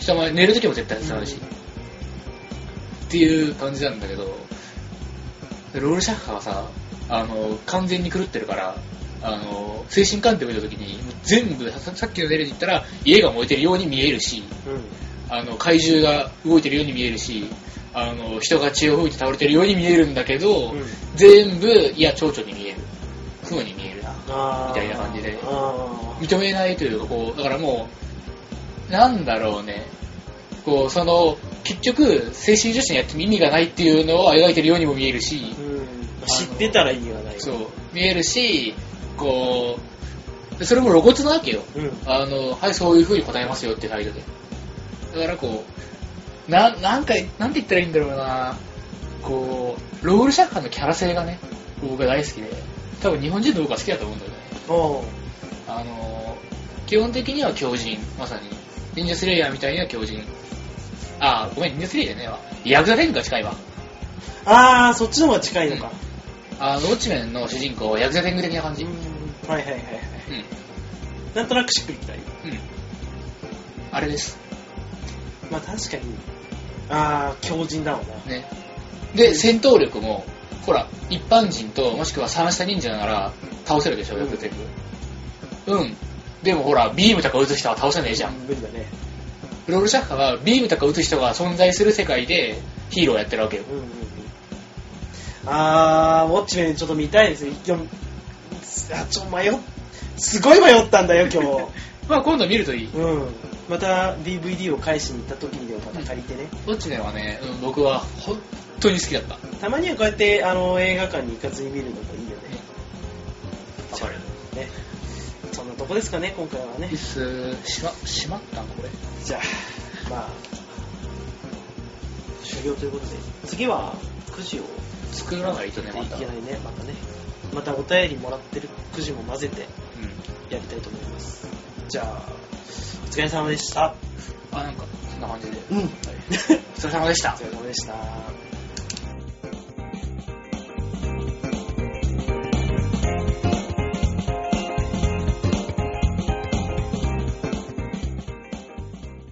A: 人前寝る時も絶対伝わるし、
B: うん
A: っていう感じなんだけどロールシャッハはさあの完全に狂ってるからあの精神鑑定を見た時に全部ささっきの例で言ったら家が燃えてるように見えるし
B: うん
A: あの怪獣が動いてるように見えるしあの人が血を吹いて倒れてるように見えるんだけど、
B: うん
A: 全部いや蝶々に見える雲に見えるな
B: あー
A: みたいな感じで
B: あー
A: 認めないというかこうだからもうなんだろうねこうその結局精神女子にやっても意味がないっていうのを描いてるようにも見えるし、
B: うん知ってたら意味はない
A: そう見えるしこうでそれも露骨なわけよ
B: うん
A: あのはいそういう風に答えますよって態度でだからこうななんかなんて言ったらいいんだろうなこうロールシャッカーのキャラ性がね僕が大好きで多分日本人の僕は好きだと思うんだよね
B: おう
A: あの基本的には強靭まさに忍者スレイヤーみたいには強靭あごめん忍者スレイヤーじゃねえわヤクザ天狗が近いわ
B: ああそっちの方が近いのか、
A: あのウォッチメンの主人公はヤクザ天狗的な感じ
B: う
A: うんん、
B: はいはいはいはいなんとなくしっくりきたよ
A: うんあれです
B: まあ確かにああ強靭だもんな
A: ねで戦闘力もほら一般人ともしくは三下忍者なら倒せるでしょヤクザ天狗うんでもほらビームとか撃つ人は倒せねえじゃん
B: 無理だね
A: ロールシャッカーはビームとか撃つ人が存在する世界でヒーローやってるわけよ
B: うんうんうんあー、ウォッチメンちょっと見たいですね。今日、あ、ちょ、迷っ、すごい迷ったんだよ、今
A: まあ今度見るといい
B: 日。うん。また DVD を返しに行った時にでもまた借りてね。
A: ウォッチメンはね、うん僕は本当に好きだった。
B: たまにはこうやって、あの、映画館に行かずに見るのもいいよね。
A: わかる。
B: ね。そんなとこですかね、今回はね
A: 椅。子、しま、しまったんこれ。
B: じゃあ、まあ、終了ということで、次はくじを
A: 作らないとね、ま
B: い
A: た。
B: けないね、またね。またお便りもらってるくじも混ぜ
A: う
B: て。
A: ん。
B: やりたいと思いますじゃあお疲れ様でした
A: あ、なんか、そんな感じで。
B: うん お
A: お疲れ様でした。
B: 疲れ様でした